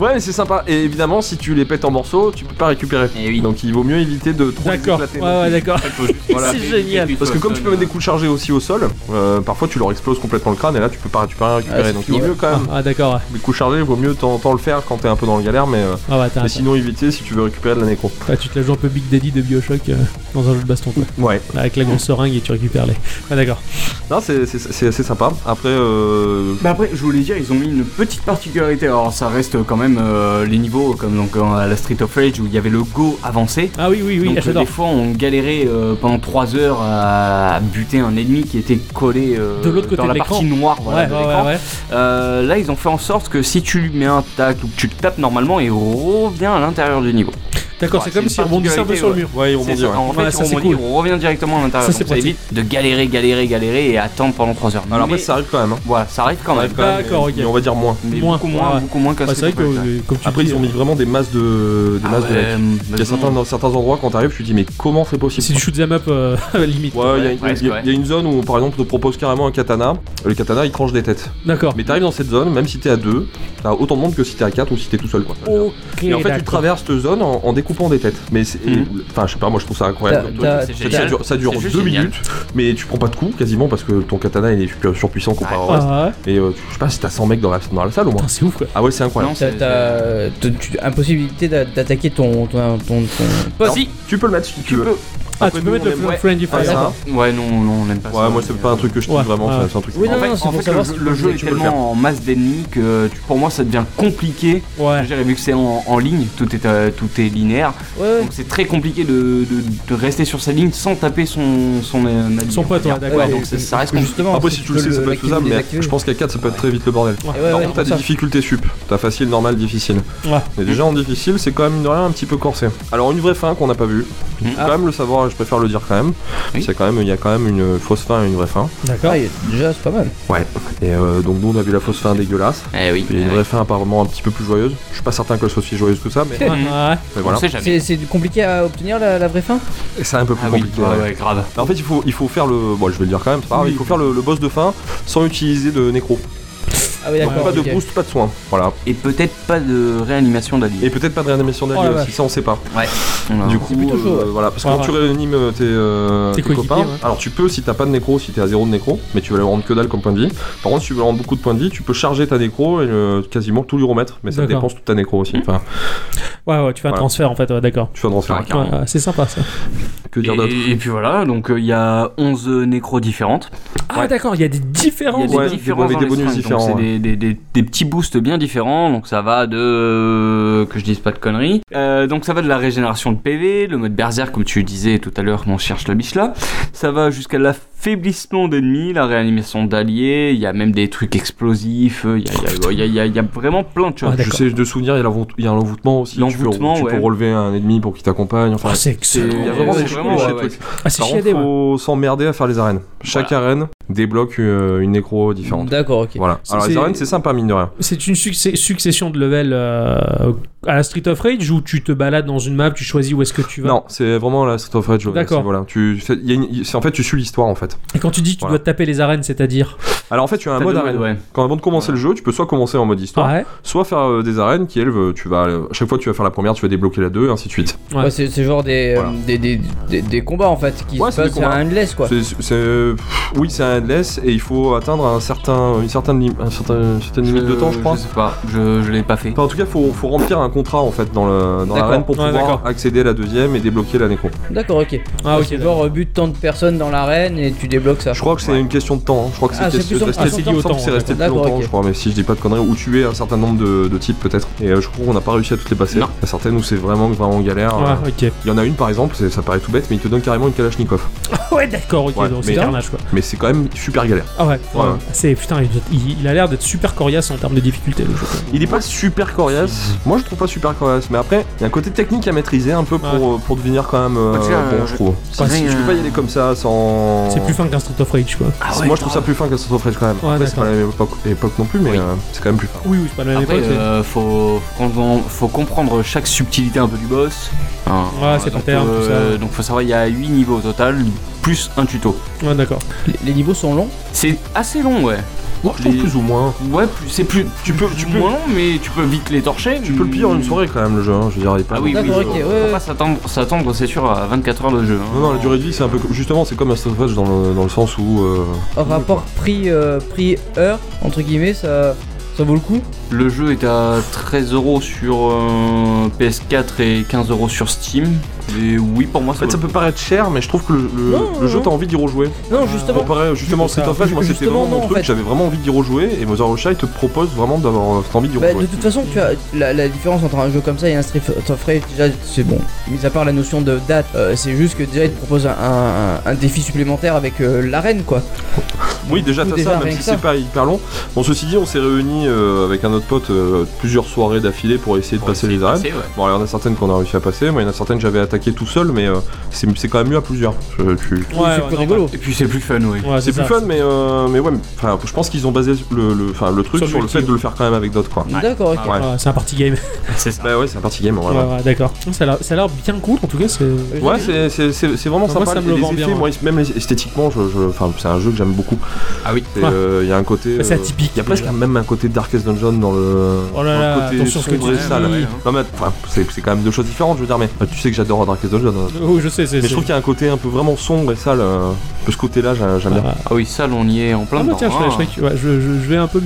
Ouais, mais c'est sympa. Et évidemment, si tu les pètes en morceaux, tu peux pas récupérer.
Eh oui.
Donc il vaut mieux éviter de trop les
D'accord.
éclater.
Ouais, ouais, d'accord.
Voilà.
C'est génial.
Parce que comme tu peux mettre des coups chargés aussi au sol, euh, parfois tu leur exploses complètement le crâne et là tu peux pas, tu peux rien récupérer.
Ah, c'est
Donc il
fini,
vaut mieux quand même.
Ah, d'accord. ouais.
Les coups chargés, il vaut mieux tant tant le faire quand t'es un peu dans le galère, mais, euh,
Ah, ouais, t'as
mais
un-
sinon éviter si tu veux récupérer de la nécro.
ouais, tu te la joues un peu Big Daddy de Bioshock euh, dans un jeu de baston quoi.
Ouais.
Avec la grosse seringue et tu récupères les. Ah, d'accord.
Non, c'est c'est- c'est assez sympa. Après, euh,
Bah après, je voulais dire, ils ont mis une petite particularité. Alors, ça reste quand même euh, les niveaux, comme donc euh, à la Street of Rage où il y avait le Go avancé.
Ah, oui, oui, oui,
donc, euh,
j'adore.
des fois, on galérait euh, pendant 3 heures à buter un ennemi qui était collé euh,
De l'autre côté
dans la
de l'écran.
partie noire voilà,
Ouais,
de
ouais,
l'écran.
ouais, ouais.
Euh, là, ils ont fait en sorte que si tu lui mets un tacle ou que tu le tapes normalement, il revient à l'intérieur du niveau.
D'accord,
Bah,
c'est
Ouais, c'est
comme
une
si on rebondissait un peu
particularité,
sur le mur.
ouais, ils vont
C'est
dire.
ça. En fait,
Ouais, ça,
on,
c'est
rebondit,
cool.
on revient directement à l'intérieur.
Ça, c'est
Donc, Ça, évite de galérer, galérer, galérer et attendre pendant 3 heures.
Alors
Mais-
après, ça arrive quand même. hein.
voilà, ça arrive quand
Ça
même.
arrive quand même,
D'accord,
mais-
ok.
mais on va dire moins.
Mais
Moins,
beaucoup moins,
ouais.
beaucoup moins qu'un
Ouais, c'est vrai
Street
que,
of Rage, ouais.
euh, comme tu
Après,
dis,
ils ont mis vraiment des masses de, des
Ah
masses de mecs.
ouais,
euh, Il y a certains, dans certains endroits quand t'arrives, tu te dis mais comment c'est possible
C'est du shoot them up euh, limite.
Ouais, il y a-
Ouais,
il y, a-
presque, ouais.
il y a une zone où par exemple on te propose carrément un katana. Euh, Le katana il tranche des têtes.
D'accord.
Mais t'arrives dans cette zone, même si t'es à deux, t'as autant de monde que si t'es à quatre ou si t'es tout seul quoi.
Ok,
Et en fait, tu
d'accord.
traverses cette zone en, en découpant des têtes. Mais c'est. et- Enfin, je sais pas, moi je trouve ça incroyable.
Euh,
comme truc.
T'as-
c'est
Ça dure- Ça
génial.
dure, ça dure
C'est juste
deux
génial.
minutes, mais tu prends pas de coups quasiment parce que ton katana il est super- surpuissant comparé au reste.
Ah, ouais.
Et euh, tu- je sais pas si t'as 100 mecs dans la, dans la salle au moins.
Putain, c'est ouf quoi.
Ah ouais, c'est incroyable.
Non,
T'as-
c'est-
T'as t'as- tu- impossibilité d'a- d'attaquer ton, ton, ton, ton-
Bah, si,
Tu peux le mettre si tu veux.
Ah,
Après,
tu peux
nous,
mettre
on
le
aime-
fl- friendly
Ah,
fire.
ça,
Ouais, non, non, on n'aime pas ça.
Ouais, moi c'est pas un truc que je kiffe
Ouais,
vraiment,
ouais.
c'est- c'est un truc.
Oui,
En
non,
fait,
non, c'est
en
pour
fait,
savoir
le,
si
le
tu
jeu
peux
est
le faire.
tellement en masse d'ennemis que tu- pour moi ça devient compliqué.
Ouais.
Déjà, vu que c'est en, en ligne, tout est, euh, tout est linéaire,
Ouais, ouais.
donc c'est très compliqué de, de- de rester sur sa ligne sans taper son son, euh, ami,
Son
on va
pote,
dire.
ouais, d'accord.
donc c'est- ça reste compliqué.
justement.
Après, si tu le sais, ça peut être faisable, mais je pense qu'à 4, ça peut être très vite le bordel.
Ouais,
ouais,
Par
ouais,
contre, t'as
c'est
des
ça.
difficultés sup. T'as facile, normal, difficile.
Ouais.
Mais déjà en difficile, c'est quand même mine de rien un petit peu corsé. Alors, une vraie fin qu'on n'a pas vue. Il faut
Mhm.
quand même le savoir je préfère le dire quand même.
Oui.
C'est quand même, il y a quand même une fausse fin et une vraie fin.
D'accord.
Ah, et déjà, c'est pas mal.
Et euh, donc nous on a vu la fausse fin dégueulasse.
Eh oui.
Il y a une vraie fin apparemment un petit peu plus joyeuse. Je suis pas certain qu'elle soit aussi joyeuse que ça, mais, mais
Ouais, ouais.
On
voilà.
sait jamais.
C'est c'est compliqué à obtenir la, la vraie fin
C'est un peu plus
Ah oui,
compliqué.
ouais,
ouais.
ouais, grave.
Mais En fait, il faut, il faut faire le. Bon, je vais le dire quand même, c'est pas grave. Il faut faire le, le boss de fin sans utiliser de nécro.
Ah oui,
Donc,
d'accord.
pas de
ok.
boost, pas de soin. Voilà.
Et peut-être pas de réanimation d'alliés.
Et peut-être pas de réanimation
Oh la
d'alliés aussi,
vache.
ça on sait pas.
On a-
Du coup,
plutôt
euh,
chaud, ouais.
voilà, parce que
Ouais,
quand tu réanimes euh, tes, euh,
Tes
tes
coéquipiers,
copains,
ouais.
alors tu peux, si t'as pas de nécro, si t'es à zéro de nécro, mais tu vas leur rendre que dalle comme point de vie. Par contre, si tu veux leur rendre beaucoup de points de vie, tu peux charger ta nécro et euh, quasiment tout lui remettre, mais ça te
D'accord.
dépense toute ta nécro aussi.
Mmh.
Enfin,
Ouais, ouais, tu fais un
Voilà.
transfert en fait, ouais, d'accord.
tu vas dans ce
Ouais,
faire.
carrément.
Ouais, c'est sympa ça.
Que dire d'autre
Et, et puis voilà, donc euh, il y a 11 nécros différentes.
Ah, d'accord, il y a des
Il y a
différences.
des
Ouais,
différences
des
dans
bonus
les strings, donc
différents,
c'est
ouais.
des, des- des- des petits boosts bien différents. Donc ça va de euh, que je dise pas de conneries. Euh, donc ça va de la régénération de PV, le mode berserk comme tu disais tout à l'heure, on cherche la biche là. Ça va jusqu'à l'affaiblissement d'ennemis, la réanimation d'alliés. Il y a même des trucs explosifs. euh, Il y a, il y a- il y a- il y a- il y a vraiment plein de choses.
Ouais,
Je
Ah, d'accord.
sais de souvenir, il y a l'envoût- il y a l'envoûtement aussi. tu peux-
L'envoûtement,
tu peux,
ouais.
relever un ennemi pour qu'il t'accompagne. Enfin,
Ah, c'est
C'est-
excellent.
il y a vraiment
c'est
des
vraiment,
des
ouais,
trucs.
ouais.
Ah, c'est
Par contre,
chiadé, ouais.
faut s'emmerder à faire les arènes. Chaque arène débloque euh, une nécro différente.
D'accord, ok.
Voilà.
C'est-
Alors les
c'est-
arènes, c'est sympa mine de rien.
C'est une succ- succession de levels euh, à la Street of Rage où tu te balades dans une map, tu choisis où est-ce que tu vas.
Non, c'est vraiment la Street of Rage. ouais,
D'accord.
c'est- Voilà. Tu fais- il y a une- c'est- en fait, tu suis l'histoire en fait.
Et quand tu dis que tu
Voilà.
dois taper les arènes, c'est-à-dire.
Alors en fait, tu as un
T'as
mode
deux
arène.
modes, ouais.
Quand avant de commencer le jeu, tu peux soit commencer en mode histoire,
Ah Ouais.
soit faire euh, des arènes qui elles, euh, tu vas euh, à chaque fois tu vas faire la première, tu vas débloquer la deux, et ainsi de suite.
Ouais.
Ouais, c'est c'est genre des, euh,
Voilà.
des, des, des- des combats en fait qui
Ouais,
se
c'est des
passent à
combats.
endless quoi.
C'est- c'est- euh, pff, oui, c'est un endless et il faut atteindre un certain, une certaine, lim- un certain- une certaine limite de temps, je crois.
sais pas, je, je l'ai pas fait.
Enfin, en tout cas, faut, faut remplir un contrat en fait dans le- dans
D'accord.
l'arène pour
Ouais, d'accord.
pouvoir accéder à la deuxième et débloquer la nécro.
D'accord, ok.
Ah,
Ouais,
ok.
c'est genre euh, but tant de personnes dans l'arène et tu débloques ça.
Ah, Je crois que c'est une question de temps. hein. Je crois que c'est
Ah, c'est
question-
plus en-
resté-
ah,
il
c'est
me
lié au
semble que
temps,
c'est
ouais,
resté plus
d'accord.
longtemps,
D'accord, ok.
je crois, mais si je dis pas de conneries, ou tuer un certain nombre de, de types peut-être. Et euh, je crois qu'on n'a pas réussi à toutes les passer.
Non.
Il y a certaines où c'est vraiment vraiment galère.
Ouais,
Euh,
ok.
Il y en a une par exemple, c'est- ça paraît tout bête, mais il te donne carrément une Kalachnikov.
Ouais, d'accord, ok,
Ouais,
donc
mais-
c'est carnage quoi.
Mais c'est quand même super galère.
Ah ouais,
Ouais, ouais.
C'est putain, il, il- il a l'air d'être super coriace en termes de difficulté le jeu. quoi.
Il est pas super coriace. Moi je le trouve pas super coriace, mais après il y a un côté technique à maîtriser un peu pour,
Ouais.
euh, pour devenir quand même euh,
Bah, tu sais,
bon,
euh,
je trouve.
Ouais,
Si-
c'est-
je peux pas y aller comme ça sans.
C'est plus fin qu'un Street of Rage quoi.
Ah
C'est-
ouais,
Moi je trouve ça
grave.
plus fin qu'un Street of Rage quand même.
Ouais,
Après, c'est pas la même époque, époque non plus, mais
Oui.
euh, c'est quand même plus fin.
Ah Oui, oui, c'est pas la même
Après,
époque. c'est-
euh, faut, faut comprendre- faut comprendre chaque subtilité un peu du boss.
Ah.
Hein,
Ouais, c'est pas
donc, euh,
terme, tout ça.
Donc faut savoir, il y a 8 niveaux au total, plus un tuto.
Ouais, d'accord.
Les, les niveaux sont longs.
C'est assez long, ouais.
Moi je trouve
Les-
plus ou moins.
Ouais, plus- c'est plus,
Tu peux, tu peux,
moins long, mais tu peux vite les torcher.
Tu peux le piller en une soirée quand même le jeu, hein. je veux dire, il est pas.
Ah oui, oui,
D'accord,
faut-
ok, ouais,
faut
ouais.
pas s'attendre, s'attendre, c'est sûr, à 24 heures de jeu. hein.
Non, non, la durée de vie c'est un peu comme- justement c'est comme un Street of Rage dans le, dans le sens où euh,
En rapport prix, euh, prix heure, entre guillemets, ça, ça vaut le coup.
Le jeu est à 13 euros sur euh, PS4 et 15 euros sur Steam. Et oui, pour moi,
en
ça
fait ça
vaut-
peut paraître cher mais je trouve que le, le-
Non,
le jeu
non.
t'as envie d'y rejouer.
Non, justement.
Comparé justement au Street of Rage, moi c'était
Justement,
vraiment
non,
mon
en
truc,
fait.
j'avais vraiment envie d'y rejouer et Mother Russia il te propose vraiment d'avoir euh, cette envie d'y
Bah, de
rejouer.
toute façon, tu as la, la différence entre un jeu comme ça et un Street of Rage, déjà, c'est bon. Mis à part la notion de date, euh, c'est juste que déjà, il te propose un, un- un défi supplémentaire avec euh, l'arène, quoi.
Oui déjà
Ou
t'as
déjà,
ça,
rien
même
que
si
ça.
c'est pas hyper long. Bon ceci dit on s'est réunis euh, avec un autre pote euh, plusieurs soirées d'affilée pour essayer de
pour
passer
essayer
les
de
arènes.
passer, ouais.
Bon alors, il y en a certaines qu'on a réussi à passer, moi il y en a certaines que j'avais attaqué tout seul mais euh, c'est c'est quand même mieux à plusieurs. Je- tu-
Ouais, ouais,
c'est plus
non,
rigolo.
Et puis c'est plus fun, oui.
bah, ouais,
C'est
ça.
plus fun, mais, euh, mais ouais, mais- enfin, je pense qu'ils ont basé le, le, enfin, le truc
Sur
sur,
le
le
multi,
fait de le faire quand même avec d'autres, quoi.
Ouais.
D'accord, ok.
Ah
Ouais, c'est un party game.
C'est ça.
Bah ouais, c'est un party game,
Ouais,
voilà.
ouais, d'accord. Ça a l'air- ça a l'air bien cool en tout cas. C'est...
Ouais, c'est- c'est c'est- c'est vraiment
Moi,
sympa.
ça me
les-
le
les
vend bien, hein.
effets, moi, même les- esthétiquement, je, je- enfin, c'est un jeu que j'aime beaucoup.
Ah oui.
C'est,
Ouais.
euh, Il y a un côté.
Bah, c'est
euh,
atypique.
Il y a presque
déjà.
un- même un côté Darkest Dungeon dans le.
Oh là
dans le
là,
côté
attention à ce que
sombre
tu
et
dis.
sale. hein.
Ouais, ouais.
Non, mais enfin, c'est c'est quand même deux choses différentes, je veux dire, mais euh, tu sais que j'adore Darkest Dungeon. hein.
Oh, je sais, c'est.
Mais
c'est-
je trouve qu'il y a un côté un peu vraiment sombre et sale. euh, de ce côté-là, j'a- j'aime bien.
Ah,
Ah oui, ça, on y est en plein
Ah bah
dedans.
tiens, je,
hein.
serais- je serais cu- ouais, je- je- je vais un peu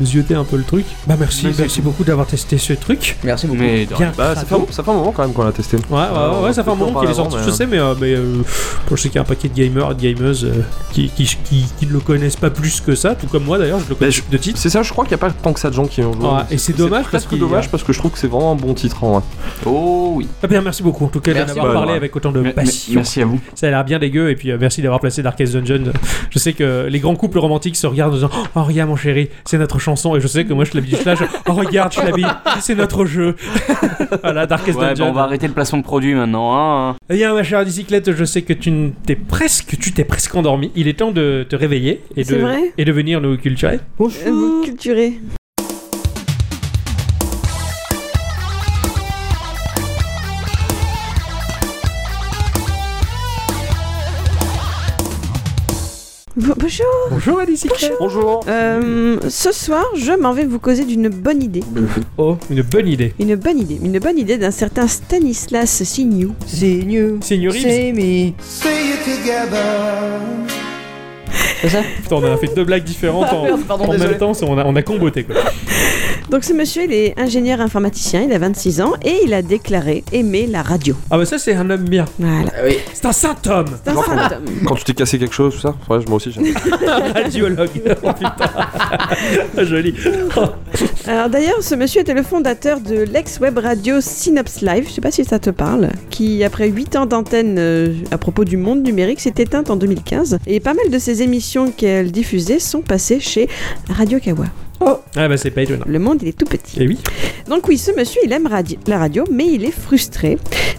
mesurer un peu le truc. Bah merci,
Mais c'est
merci
cool.
beaucoup d'avoir testé ce truc.
Merci beaucoup.
Ah. Mais dans-
Bien.
Bah, ça fait, un- ça fait un moment quand même qu'on l'a testé.
Ouais, ouais, ouais, ouais, ça fait un
Peut-être
moment
pas
qu'il est
avant,
sorti,
mais,
je
euh,
sais, mais, euh, mais euh, pff, je sais qu'il y a un paquet de gamers et de gameuses euh, qui, qui, qui, qui ne le connaissent pas plus que ça, tout comme moi d'ailleurs, je le connais
je-
de titre.
C'est ça, je crois qu'il n'y a pas tant que ça de gens qui ont joué.
Ouais, et c'est dommage parce
presque
qu'il y a-
dommage parce que je trouve que c'est vraiment un bon titre en vrai.
Oh oui.
Ah bien, merci beaucoup en tout cas.
Merci
d'en avoir
beaucoup.
parlé avec autant de
Mais- mais-
passion.
Merci à vous.
Ça a l'air bien dégueu, et puis euh, merci d'avoir placé Darkest Dungeon. Je sais que les grands couples romantiques se regardent en disant Oh, regarde, mon chéri, c'est notre chanson, et je sais que moi je l'habille là, je, Oh, regarde, je l'habille, c'est notre jeu. voilà, Darkest
Ouais, bah,
Dungeon.
on va arrêter le placement de produit maintenant. Hein.
Eh bien, ma chère bicyclette, je sais que tu n- t'es presque, tu t'es presque endormi. Il est temps de te réveiller et de,
C'est vrai
et de venir nous culturer.
Euh, vous culturez. Bo- Bonjour.
Bonjour, ma bicyclette.
Bonjour.
Euh, ce soir, je m'en vais vous causer d'une bonne idée.
Oh, une bonne idée.
Une bonne idée. Une bonne idée d'un certain Stanislas Signou.
C'est new,
Seigneur Reeves,
c'est me. C'est ça
putain, on en a fait deux blagues différentes en,
Ah, Pardon,
en
désolé.
même temps, c'est- on a, on a comboté quoi.
Donc ce monsieur, il est ingénieur informaticien, il a 26 ans et il a déclaré aimer la radio.
Ah, bah ça, c'est un homme bien.
Voilà.
C'est un saint homme,
C'est un
Genre
symptôme.
Quand tu t'es cassé quelque chose, tout ça Ouais, moi aussi j'aime.
radiologue. Oh, putain, joli.
Alors d'ailleurs, ce monsieur était le fondateur de l'ex-web radio Synops Live, je sais pas si ça te parle, qui après 8 ans d'antenne euh, à propos du monde numérique s'est éteinte en 2015 et pas mal de ses émissions qu'elle diffusait sont passées chez Radio Kawa.
Ah, bah c'est pas étonnant.
Le monde il est tout petit.
Et oui,
Donc oui, ce monsieur, il aime radi- la radio, mais il est frustré,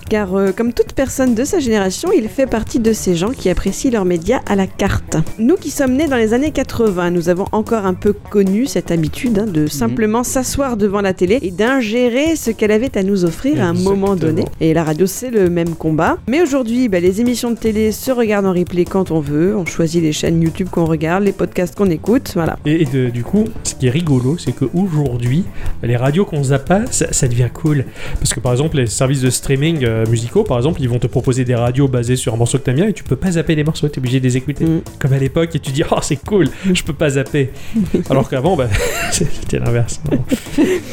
car euh, comme toute personne de sa génération, il fait partie de ces gens qui apprécient leurs médias à la carte. Nous qui sommes nés dans les années 80, nous avons encore un peu connu cette habitude hein, de simplement s'asseoir devant la télé et d'ingérer ce qu'elle avait à nous offrir à un moment donné. Et la radio, c'est le même combat. Mais aujourd'hui, bah, les émissions de télé se regardent en replay quand on veut, on choisit les chaînes YouTube qu'on regarde, les podcasts qu'on écoute, voilà.
et, et de- du coup, ce qui est rigolo, c'est qu'aujourd'hui, les radios qu'on zappe pas, ça, ça devient cool. Parce que par exemple, les services de streaming euh, musicaux, par exemple, ils vont te proposer des radios basées sur un morceau que t'aimes bien et tu peux pas zapper les morceaux, t'es obligé de les écouter.
Mm.
Comme à l'époque, et tu dis, oh, c'est cool, je peux pas zapper. Alors qu'avant, bah, c'était l'inverse. Non.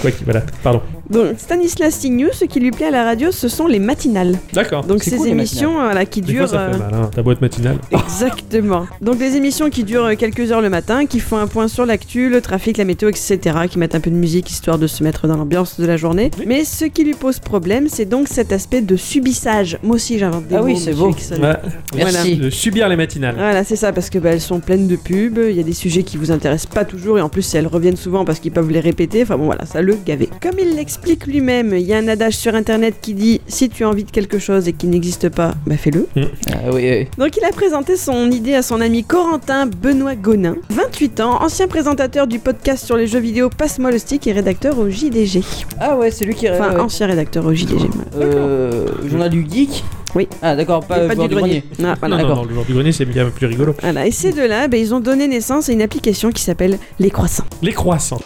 Quoi qu'il, voilà, pardon.
Donc Stanislas Signou, ce qui lui plaît à la radio, ce sont les matinales.
D'accord.
Donc
C'est
ces
cool, les
émissions euh, là, qui
Des fois,
durent...
ça fait
euh,
mal, hein, ta boîte matinale.
Exactement. Donc les émissions qui durent euh, quelques heures le matin, qui font un point sur l'actu, le trafic, la météo, etc., qui mettent un peu de musique histoire de se mettre dans l'ambiance de la journée.
Oui.
Mais ce qui lui pose problème, c'est donc cet aspect de subissage. Moi aussi j'invente des
Ah oui,
mots,
c'est
monsieur
beau.
Ixon.
Voilà.
Merci.
De subir les matinales.
Voilà, c'est ça, parce que bah, elles sont pleines de pubs, il y a des sujets qui vous intéressent pas toujours, et en plus elles reviennent souvent parce qu'ils peuvent les répéter, enfin bon voilà, ça le gavait. Comme il l'explique lui-même, il y a un adage sur internet qui dit si tu as envie de quelque chose et qu'il n'existe pas, bah fais-le.
Ah oui, oui.
Donc il a présenté son idée à son ami Corentin Benoît Gonin, 28 ans, ancien présentateur du podcast sur les jeux vidéo Passe-moi le stick et rédacteur au JDG.
Ah ouais, c'est lui qui.
Enfin,
ouais.
ancien rédacteur au JDG.
euh, journal du geek.
Oui.
Ah d'accord, pas,
Et
euh, joueur
Ah, voilà,
non, non,
d'accord.
non, le jour du grenier, c'est bien plus rigolo.
Voilà, et ces deux-là, bah, ils ont donné naissance à une application qui s'appelle Les Croissants.
Les croissants.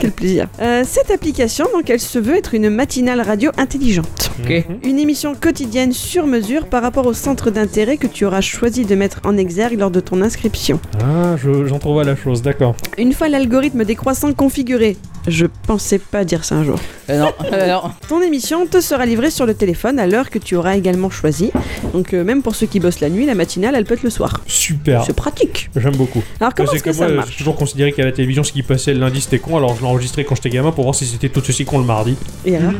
Quel plaisir. Euh, cette application, donc, elle se veut être une matinale radio intelligente.
Ok.
Mhm.
Une émission quotidienne sur mesure par rapport au centre d'intérêt que tu auras choisi de mettre en exergue lors de ton inscription.
Ah, je- j'entrevois la chose, d'accord.
Une fois l'algorithme décroissant configuré, je pensais pas dire ça un jour.
Euh, non, euh, non.
Ton émission te sera livrée sur le téléphone à l'heure que tu auras également choisie. Donc euh, même pour ceux qui bossent la nuit, la matinale, elle peut être le soir.
Super.
C'est pratique.
J'aime beaucoup.
Alors comment
C'est
est-ce que
comme
ça
moi,
marche
j'ai toujours considéré qu'à la télévision, ce qui passait le lundi, c'était con, alors je l'enregistrais quand j'étais gamin pour voir si c'était tout aussi con le mardi.
Et alors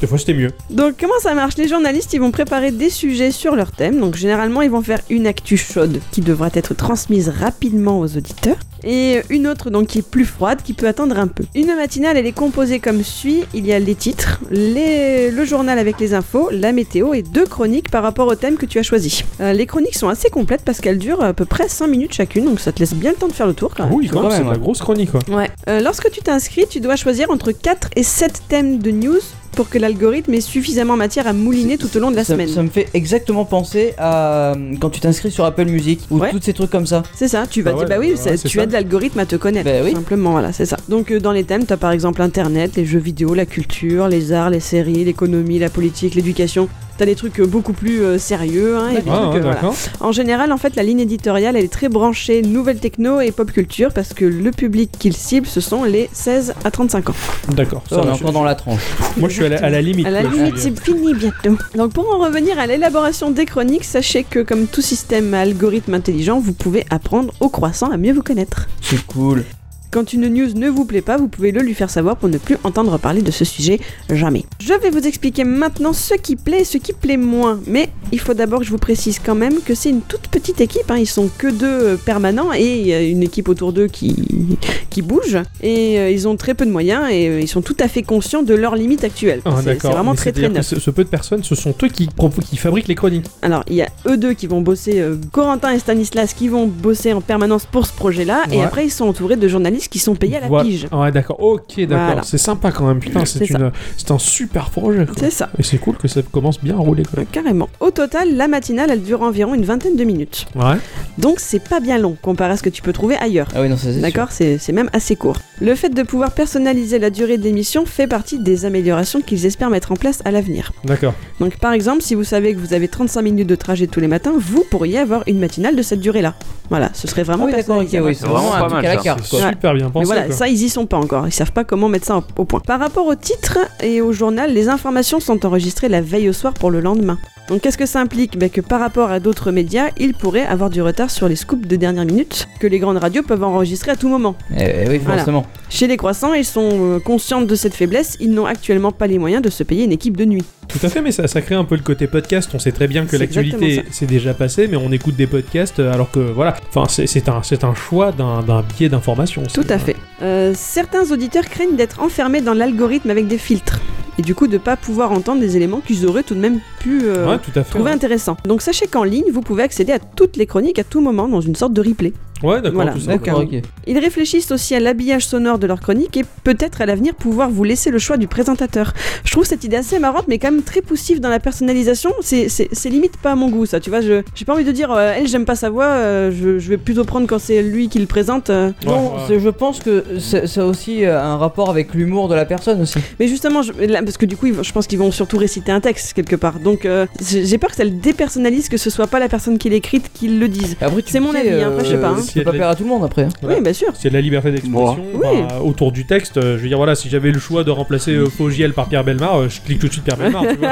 Des fois, c'était mieux.
Donc comment ça marche Les journalistes, ils vont préparer des sujets sur leur thème. Donc généralement, ils vont faire une actu chaude qui devra être transmise rapidement aux auditeurs et une autre donc qui est plus froide, qui peut attendre un peu. Une matinale, elle est composée comme suit il y a les titres, les- le journal avec les infos, la météo et deux chroniques par rapport au thème que tu as choisi. Euh, les chroniques sont assez complètes parce qu'elles durent à peu près 5 minutes chacune, donc ça te laisse bien le temps de faire le tour Ah quand même.
oui,
quand
quand même,
même,
c'est de la
ouais.
grosse chronique, quoi.
Ouais. Euh, lorsque tu t'inscris, tu dois choisir entre 4 et 7 thèmes de news pour que l'algorithme ait suffisamment matière à mouliner tout au long de la
ça,
semaine.
ça me fait exactement penser à euh, quand tu t'inscris sur Apple Music ou
Ouais.
tous ces trucs comme ça.
C'est ça, tu vas
Bah
dire,
ouais,
bah oui,
bah
ça-
ouais, c'est
tu
ça.
aides l'algorithme à te connaître.
Bah oui.
Simplement, voilà, c'est ça. Donc euh, dans les thèmes, t'as par exemple Internet, les jeux vidéo, la culture, les arts, les séries, l'économie, la politique, l'éducation. T'as des trucs euh, beaucoup plus euh, sérieux, hein, et des
Ah,
trucs,
hein,
euh, voilà.
d'accord.
En général, en fait, la ligne éditoriale, elle est très branchée nouvelle techno et pop culture parce que le public qu'il cible, ce sont les 16 à 35 ans.
D'accord. ça
Ça, on est
va,
encore dans la tranche.
je- Moi, je suis à la, à la limite.
Oh, À la
quoi.
limite, c'est fini bientôt. Donc, pour en revenir à l'élaboration des chroniques, sachez que, comme tout système à algorithme intelligent, vous pouvez apprendre au croissant à mieux vous connaître.
C'est cool.
Quand une news ne vous plaît pas, vous pouvez le lui faire savoir pour ne plus entendre parler de ce sujet jamais. Je vais vous expliquer maintenant ce qui plaît et ce qui plaît moins. Mais il faut d'abord que je vous précise quand même que c'est une toute petite équipe. hein. Ils sont que deux euh, permanents et euh, une équipe autour d'eux qui, qui bouge. Et euh, ils ont très peu de moyens et euh, ils sont tout à fait conscients de leurs limites actuelles.
Ah,
c'est c'est
d'accord.
vraiment
Mais
très très
c'est-à-dire
neuf.
que ce, ce peu de personnes, ce sont eux qui, propo- qui fabriquent les chroniques.
Alors, il y a eux deux qui vont bosser, euh, Corentin et Stanislas, qui vont bosser en permanence pour ce projet-là.
Ouais.
Et après, ils sont entourés de journalistes qui sont payés à la
Voilà.
pige.
Ah Ouais, d'accord. Ok, d'accord.
Voilà.
C'est sympa quand même. Putain, c'est
C'est ça.
une, c'est un super projet. quoi.
C'est ça,
Et c'est cool que ça commence bien à rouler. Quoi.
euh, carrément. Au total, la matinale, elle dure environ une vingtaine de minutes.
Ouais.
Donc, c'est pas bien long comparé à ce que tu peux trouver ailleurs.
Ah oui, non, ça c'est sûr.
D'accord, c'est c'est même assez court. Le fait de pouvoir personnaliser la durée de l'émission fait partie des améliorations qu'ils espèrent mettre en place à l'avenir.
D'accord.
Donc par exemple, si vous savez que vous avez 35 minutes de trajet tous les matins, vous pourriez avoir une matinale de cette durée-là. Voilà, ce serait
Ah
vraiment
oui, d'accord, ok,
personnalisable.
oui, c'est
vraiment
vraiment
pas
un truc
mal,
à la
ça.
carte,
C'est
quoi.
super bien
Mais
pensé.
voilà,
quoi.
ça ils y sont pas encore, ils savent pas comment mettre ça en- au point. Par rapport au titre et au journal, les informations sont enregistrées la veille au soir pour le lendemain. Donc qu'est-ce que ça implique Ben, Que par rapport à d'autres médias, ils pourraient avoir du retard sur les scoops de dernière minute que les grandes radios peuvent enregistrer à tout moment.
Eh oui,
Voilà.
forcément.
Chez les croissants, ils sont euh, conscients de cette faiblesse, ils n'ont actuellement pas les moyens de se payer une équipe de nuit.
Tout à fait, mais ça, ça crée un peu le côté podcast. On sait très bien que
C'est
l'actualité
exactement
s'est déjà passée, mais on écoute des podcasts euh, alors que voilà. Enfin, c'est- c'est un, c'est un choix d'un d'un biais d'information.
Tout
c'est-
à fait. Euh, certains auditeurs craignent d'être enfermés dans l'algorithme avec des filtres, et du coup de pas pouvoir entendre des éléments qu'ils auraient tout de même pu euh,
Ouais, tout à fait.
trouver
Ouais,
intéressants. Donc sachez qu'en ligne, vous pouvez accéder à toutes les chroniques à tout moment dans une sorte de replay.
Ouais, d'accord.
Voilà.
tout ça.
D'accord, ok.
Ils réfléchissent aussi à l'habillage sonore de leurs chroniques et peut-être à l'avenir pouvoir vous laisser le choix du présentateur. Je trouve cette idée assez marrante, mais quand même très poussive dans la personnalisation. C'est- C'est c'est limite pas à mon goût, ça. Tu vois, je j'ai pas envie de dire, euh, elle, j'aime pas sa voix, euh, je, je vais plutôt prendre quand c'est lui qui le présente. euh.
Non,
ouais.
c'est- je pense que ça ça a aussi euh, un rapport avec l'humour de la personne aussi.
Mais justement, je- là, parce que du coup, ils vont- je pense qu'ils vont surtout réciter un texte quelque part. Donc, euh, j'ai j'ai peur que ça le dépersonnalise, que ce soit pas la personne qui l'écrite qui le dise.
Après, tu
C'est mon
sais,
avis, hein,
euh,
après, je sais pas, hein.
Tu peux pas plaire à tout le monde après. hein.
Voilà.
Oui, bien sûr.
C'est de la liberté d'expression
Moi.
bah, autour du texte. euh, je veux dire, voilà, si j'avais le choix de remplacer euh, Fogiel par Pierre Belmar, euh, je clique tout de suite Pierre Belmar. tu vois.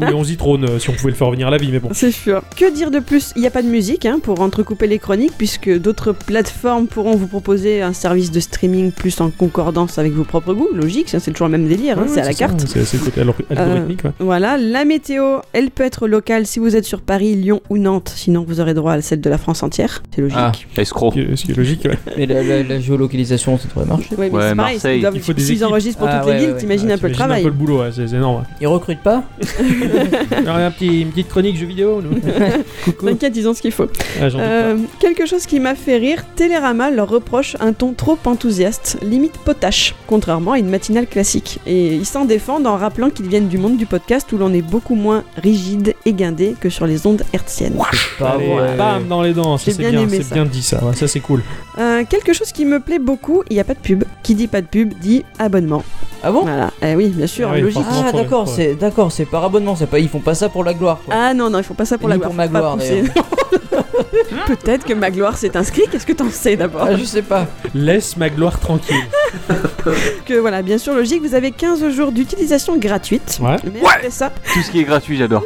Ou Léon Zitrone, euh, si on pouvait le faire revenir à la vie, mais bon.
C'est sûr. Que dire de plus Il n'y a pas de musique hein, pour entrecouper les chroniques, puisque d'autres plateformes pourront vous proposer un service de streaming plus en concordance avec vos propres goûts. Logique, ça, c'est toujours le même délire, hein,
Ouais,
c'est à la
ça,
carte. Euh,
C'est c'est le côté algor- algorithmique. ouais.
Voilà, la météo, elle peut être locale si vous êtes sur Paris, Lyon ou Nantes, sinon vous aurez droit à celle de la France entière, c'est
Ah.
Ah.
logique.
escroc.
Ce qui est- Ce qui est logique, ouais.
Mais la, la- la géolocalisation, ça devrait marcher.
Ouais, mais
Ouais,
c'est pareil,
Marseille,
ils doivent-
il faut des
s'ils
équipes.
enregistrent pour
Ah,
toutes
ouais,
les villes,
ouais.
t'imagines
Ah,
un peu le
t'imagines un
travail.
peu le boulot, ouais, c'est c'est énorme.
Ils recrutent pas
ouais. Alors, un petit- une petite chronique jeux vidéo, nous. Coucou.
T'inquiète, ils ont ce qu'il faut.
Ah, j'en doute pas.
Euh, quelque chose qui m'a fait rire, Télérama leur reproche un ton trop enthousiaste, limite potache, contrairement à une matinale classique. Et ils s'en défendent en rappelant qu'ils viennent du monde du podcast où l'on est beaucoup moins rigide et guindé que sur les ondes hertziennes.
Pas
Allez,
vrai.
bam dans les dents, ça,
J'ai
c'est
bien
bien,
aimé
c'est
ça.
bien dit ça, ouais, ça c'est cool.
Euh, quelque chose qui me plaît beaucoup, il n'y a pas de pub. Qui dit pas de pub dit abonnement.
Ah bon
Voilà, eh oui, bien sûr,
Oh Ah oui,
logique.
forcément.
Ah
Faut-
d'accord,
faut-
c'est d'accord, c'est par abonnement, c'est pas ils font pas ça pour la gloire. Quoi.
Ah non, non, il faut pas ça pour
Et
la
ni
gloire.
pour ma
faut pas
gloire,
pousser. Peut-être que ma gloire s'est inscrit, qu'est-ce que t'en sais d'abord
Ah, je sais pas.
Laisse ma gloire tranquille.
Que voilà, bien sûr, logique, vous avez 15 jours d'utilisation gratuite.
Ouais.
Mais après ça,
Tout ce qui est gratuit, j'adore.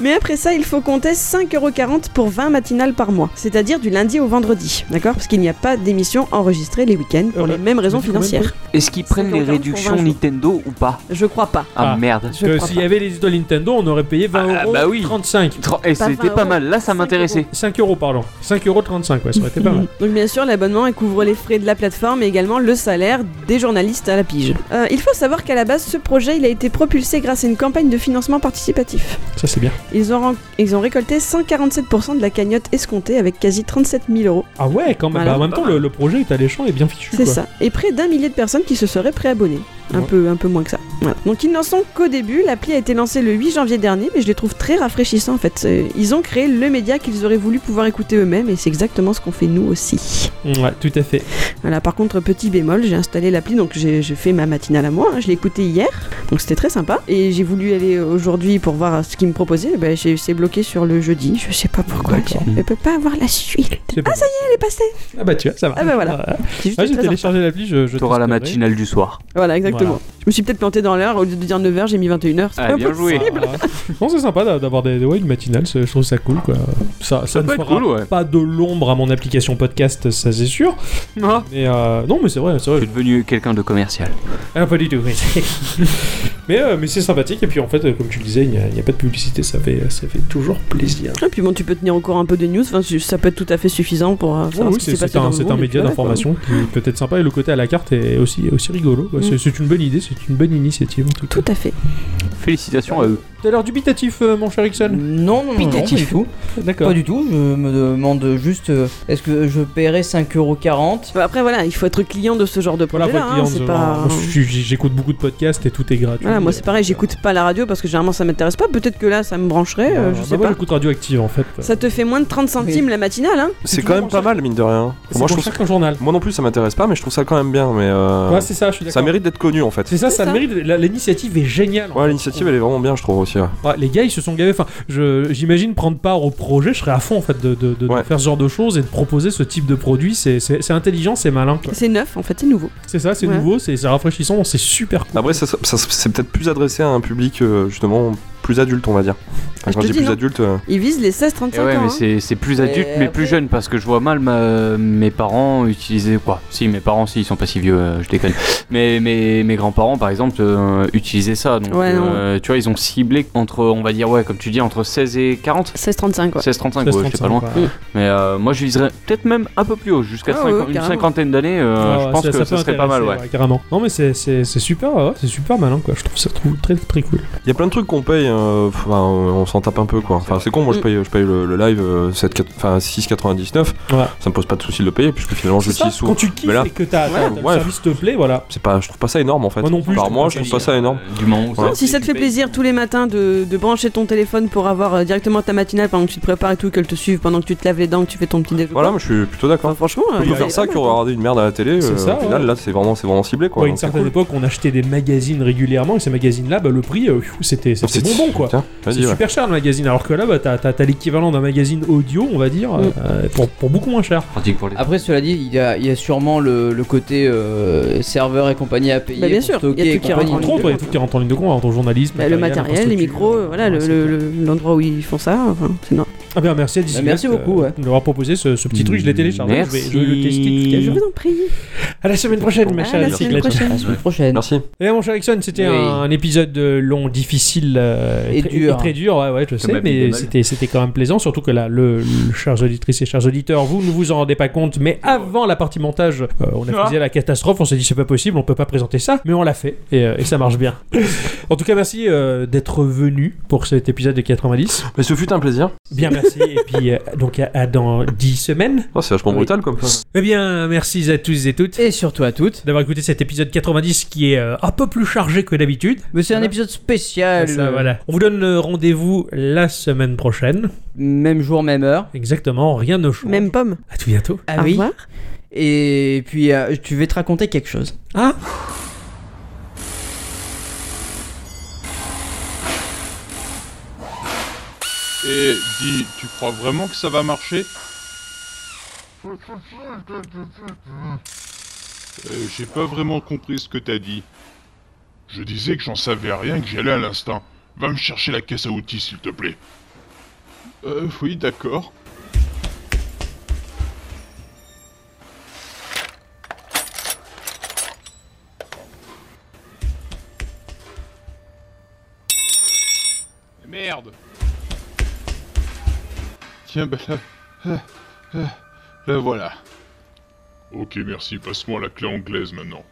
Mais après ça, il faut compter 5,40€ pour 20 matinales par mois, c'est-à-dire du lundi au vendredi, d'accord Parce qu'il n'y a pas d'émission enregistrée les week-ends pour
Euh,
les mêmes raisons
dit combien de
financières.
Est-ce qu'ils prennent les
50 pour
réductions
20 jours.
Nintendo ou pas
Je crois pas.
Ah,
Ah.
merde.
Je
Que
crois
s'il y
pas.
avait les idoles Nintendo, on aurait payé 20
Ah,
euros
bah oui.
35.
Et
Pas
c'était
20
pas
euros,
mal, là ça
5
m'intéressait.
5 euros, pardon. 5 euros 35, ouais, ça aurait été pas mal.
Donc bien sûr, l'abonnement elle couvre les frais de la plateforme et également le salaire des journalistes à la pige. Euh, il faut savoir qu'à la base, ce projet il a été propulsé grâce à une campagne de financement participatif.
Ça c'est bien.
Ils ont, ren- ils ont récolté 147% de la cagnotte escomptée avec quasi 37 000 euros.
Ah ouais, quand même.
Voilà.
Bah, en même temps, le, le projet est alléchant et bien fichu.
C'est
quoi.
ça. Et près d'un millier de personnes qui se seraient préabonnées. Un,
Ouais.
peu, un peu moins que ça. Voilà. Donc ils n'en sont qu'au début. L'appli a été lancée le 8 janvier dernier, mais je les trouve très rafraîchissants en fait. Euh, Ils ont créé le média qu'ils auraient voulu pouvoir écouter eux-mêmes et c'est exactement ce qu'on fait nous aussi.
Ouais, tout à fait.
Voilà, par contre, petit bémol, j'ai installé l'appli, donc j'ai j'ai fait ma matinale à moi. hein. Je l'ai écoutée hier, donc c'était très sympa. Et j'ai voulu aller euh, aujourd'hui pour voir ce qu'ils me proposaient. Ben, j'ai- c'est bloqué sur le jeudi. Je sais pas pourquoi. Je
D'accord.
ne peux pas avoir la suite.
C'est pas
Ah, ça y est, elle est passée.
Ah bah tu vois, ça va.
Ah bah voilà.
Ah,
C'est
ah, j'ai
juste très en retard.
téléchargé l'appli, je, je
T'auras la
testerai.
matinale du soir.
Voilà, exactement. Je me suis peut-être planté dans l'heure, au lieu de dire 9h, j'ai mis 21h. C'est
Ah,
pas
bien
possible.
joué.
Ah. non, c'est sympa d'a- d'avoir des, ouais, une matinale, c'est- je trouve ça cool quoi. Ça, ça, ne
peut être
fera
cool, ouais.
pas de l'ombre à mon application podcast, ça c'est sûr.
Ah.
Mais euh, non, mais c'est vrai, c'est
Je
vrai.
suis devenu quelqu'un de commercial.
Ah, pas du tout, oui. mais euh, mais c'est sympathique, et puis en fait, euh, comme tu le disais, il n'y a, il n'y a pas de publicité, ça fait, ça fait toujours plaisir.
Et puis bon, tu peux tenir encore un peu de news, enfin, tu- ça peut être tout à fait suffisant pour euh,
Oui,
savoir
oui,
ce qui
c'est
s'est
c'est
passé dans
un,
le
c'est un
monde, et puis
média
voilà, quoi.
d'information qui peut être sympa, et le côté à la carte est aussi, aussi rigolo. quoi.
Mm.
C'est- C'est une bonne idée, c'est une bonne initiative en tout cas.
Tout à fait.
Félicitations à eux.
T'as l'air dubitatif, euh, mon cher Ixon.
Non, non, non, non, pas du
Pitatif.
tout. Pas
D'accord.
du tout. Je me demande juste euh, est-ce que je paierai 5,40€
Bah, Après, voilà, il faut être client de ce genre de
Voilà,
projet.
faut être client de
c'est
ce-
pas...
Moi, je suis- J'écoute beaucoup de podcasts et tout est gratuit.
Voilà, moi c'est pareil, j'écoute pas la radio parce que généralement ça m'intéresse pas. Peut-être que là ça me brancherait, euh,
Bah,
je
bah,
sais
moi,
pas.
j'écoute Radioactive en fait.
Ça te fait moins de 30 centimes la matinale, hein
C'est quand même pas mal, mine de rien.
C'est
Moi,
pour
je trouve
ça
ça-
qu'un journal.
Moi non plus, ça m'intéresse pas, mais je trouve ça quand même bien. Mais euh,
Ouais, c'est ça, je suis d'accord.
ça mérite d'être connu en fait.
C'est ça,
C'est
ça,
ça.
mérite. la- L'initiative est géniale. en
Ouais,
fait.
l'initiative elle est vraiment bien, je trouve aussi. ouais.
Ouais, les gars, ils se sont gavés. Enfin, je- j'imagine prendre part au projet, je serais à fond en fait de, de- de- de
Ouais.
faire ce genre de choses et de proposer ce type de produit. C'est- C'est c'est intelligent, c'est malin. quoi.
C'est neuf, en fait, c'est nouveau.
C'est ça, c'est
Ouais.
nouveau, c'est c'est rafraîchissant, c'est super cool.
Après, ça, ça- c'est peut-être plus adressé à un public euh, justement plus adulte, on va dire. Enfin,
Ah, je
quand
te
je dis
dis,
plus
non.
adulte, euh,
Ils visent les 16-35
Et Eh
Eh
ouais,
ans.
mais
hein.
c'est- c'est plus
Mais
adulte, mais plus
après-
jeune, parce que je vois mal ma- mes parents utiliser quoi. Si, mes parents, si, ils sont pas si vieux, euh, je déconne. Mais mes, mes grands-parents, par exemple, euh, utilisaient ça. Donc,
Ouais, non.
euh, tu vois, ils ont ciblé entre, on va dire, ouais, comme tu dis, entre 16 et 40.
16-35, ouais.
16-35, ouais, j'étais pas loin.
quoi.
Mais euh, moi, je viserais peut-être même un peu plus haut, jusqu'à
Ah,
cinquan-
ouais,
une
carrément.
cinquantaine d'années. euh,
Ah
je
ouais,
pense que
ça
ça
peut
serait pas mal, ouais.
intéresser, carrément. Non, mais c'est c'est- c'est super, ouais, c'est super malin, quoi. Je trouve ça trouve très très cool.
il y a plein de trucs qu'on paye, euh, pff, enfin, on s'en tape un peu quoi. Enfin, c'est con, moi je
Mm.
paye, je paye le, le live euh, 7, quatre- enfin, 6,99.
Ouais.
Ça me pose pas de souci de le payer puisque finalement je
C'est ça,
l'utilise
quand
souvent.
tu kiffes
Mais là-
et que t'as t'as- t'as le
Ouais.
service te plaît, voilà.
C'est pas, je trouve pas ça énorme en fait.
Moi non plus, je
Par
trouve
mois,
pas
je trouve pas ça énorme.
euh, Du moment où
Si ça te fait plaisir tous les matins de, de brancher ton téléphone pour avoir euh, directement ta matinale pendant que tu te prépares et tout, qu'elle te suive pendant que tu te laves les dents, que tu fais ton petit déjeuner.
Voilà, moi je suis plutôt d'accord.
Enfin, franchement,
On
euh,
peut
il y a-
faire ça que
voilà,
regarder une merde à la télé.
C'est
euh,
ça,
au final,
ouais.
là, c'est vraiment, c'est vraiment ciblé quoi.
Ouais, à une
donc c'est
certaine
cool.
époque, on achetait des magazines régulièrement et ces magazines-là, bah, le prix, euh, pfiou, c'était c'était
C'est-
bonbon quoi.
Tiens,
C'est
vas-y, ouais.
super cher le magazine, alors que là, bah, t'as t'as- t'as l'équivalent d'un magazine audio, on va dire,
Mm.
euh, pour, pour beaucoup moins cher.
Pratique pour les.
Ah,
Après, cela dit, il y a, il y a sûrement le, le côté euh, serveur et compagnie à payer.
Bah, bien
pour
sûr,
stocker
il y a
et
tout qui
compagnie.
rentre
Entre autres, il y a tout qui rentre en ligne de compte, alors, ton journalisme,
bah, le matériel, les
l'infrastructure,
micros, euh, voilà, le-
ouais,
le-
c'est clair.
le- l'endroit où ils font ça. Enfin, c'est normal.
Ah bien, merci à
Bah,
Disney.
Merci beaucoup, ouais.
De m'avoir proposé ce, ce petit truc, je l'ai téléchargé, je vais, je vais le
Merci.
tester. tout à
Je
l'heure.
vous en prie.
À la semaine prochaine, ma
Mmh. À
chère
la
bicyclette.
semaine prochaine.
À la semaine prochaine.
Merci.
Eh mon cher Ericsson, c'était
Oui.
un épisode euh, long, difficile euh,
Et
très,
dur.
très dur, ouais, ouais, je sais,
ma vie de
mais
mal.
c'était c'était quand même plaisant, surtout que là, le, le- chers auditrices et chers auditeurs, vous ne vous en rendez pas compte, mais avant la partie montage, euh, on a
Ah.
fait la catastrophe, on s'est dit c'est pas possible, on peut pas présenter ça, mais on l'a fait et, euh, et ça marche bien. en tout cas, merci euh, d'être venu pour cet épisode de 90.
Mais ce fut un plaisir.
Bien merci et puis euh, donc à, à dans 10 semaines.
Oh, c'est vachement
Oui.
brutal comme ça.
Eh bien, merci à tous et toutes
Et surtout à toutes.
d'avoir écouté cet épisode 90 qui est euh, un peu plus chargé que d'habitude.
Mais c'est
Ça
un
va
épisode spécial.
Ça, voilà. On vous donne euh, rendez-vous la semaine prochaine.
Même jour, même heure.
Exactement, rien ne change.
Même pomme.
À tout bientôt.
Ah
Au
oui.
revoir.
Et puis, euh, tu vais te raconter quelque chose.
Ah
Et dis, tu crois vraiment que ça va marcher Euh, J'ai pas vraiment compris ce que t'as dit. Je disais que j'en savais rien, que j'allais à l'instinct. Va me chercher la caisse à outils, s'il te plaît. Euh, oui, d'accord. Merde Tiens, bah là, ah, ah, là voilà. Ok, merci, passe-moi la clé anglaise maintenant.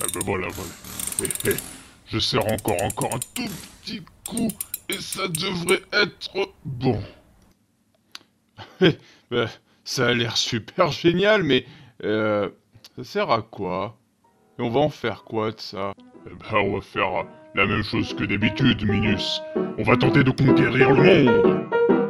Ah bah voilà, voilà. Hé, hé, Je serre encore, encore un tout petit coup, et ça devrait être bon. Hé, bah, ça a l'air super génial, mais euh, ça sert à quoi Et on va en faire quoi de ça eh ben, on va faire la même chose que d'habitude, Minus. On va tenter de conquérir le monde.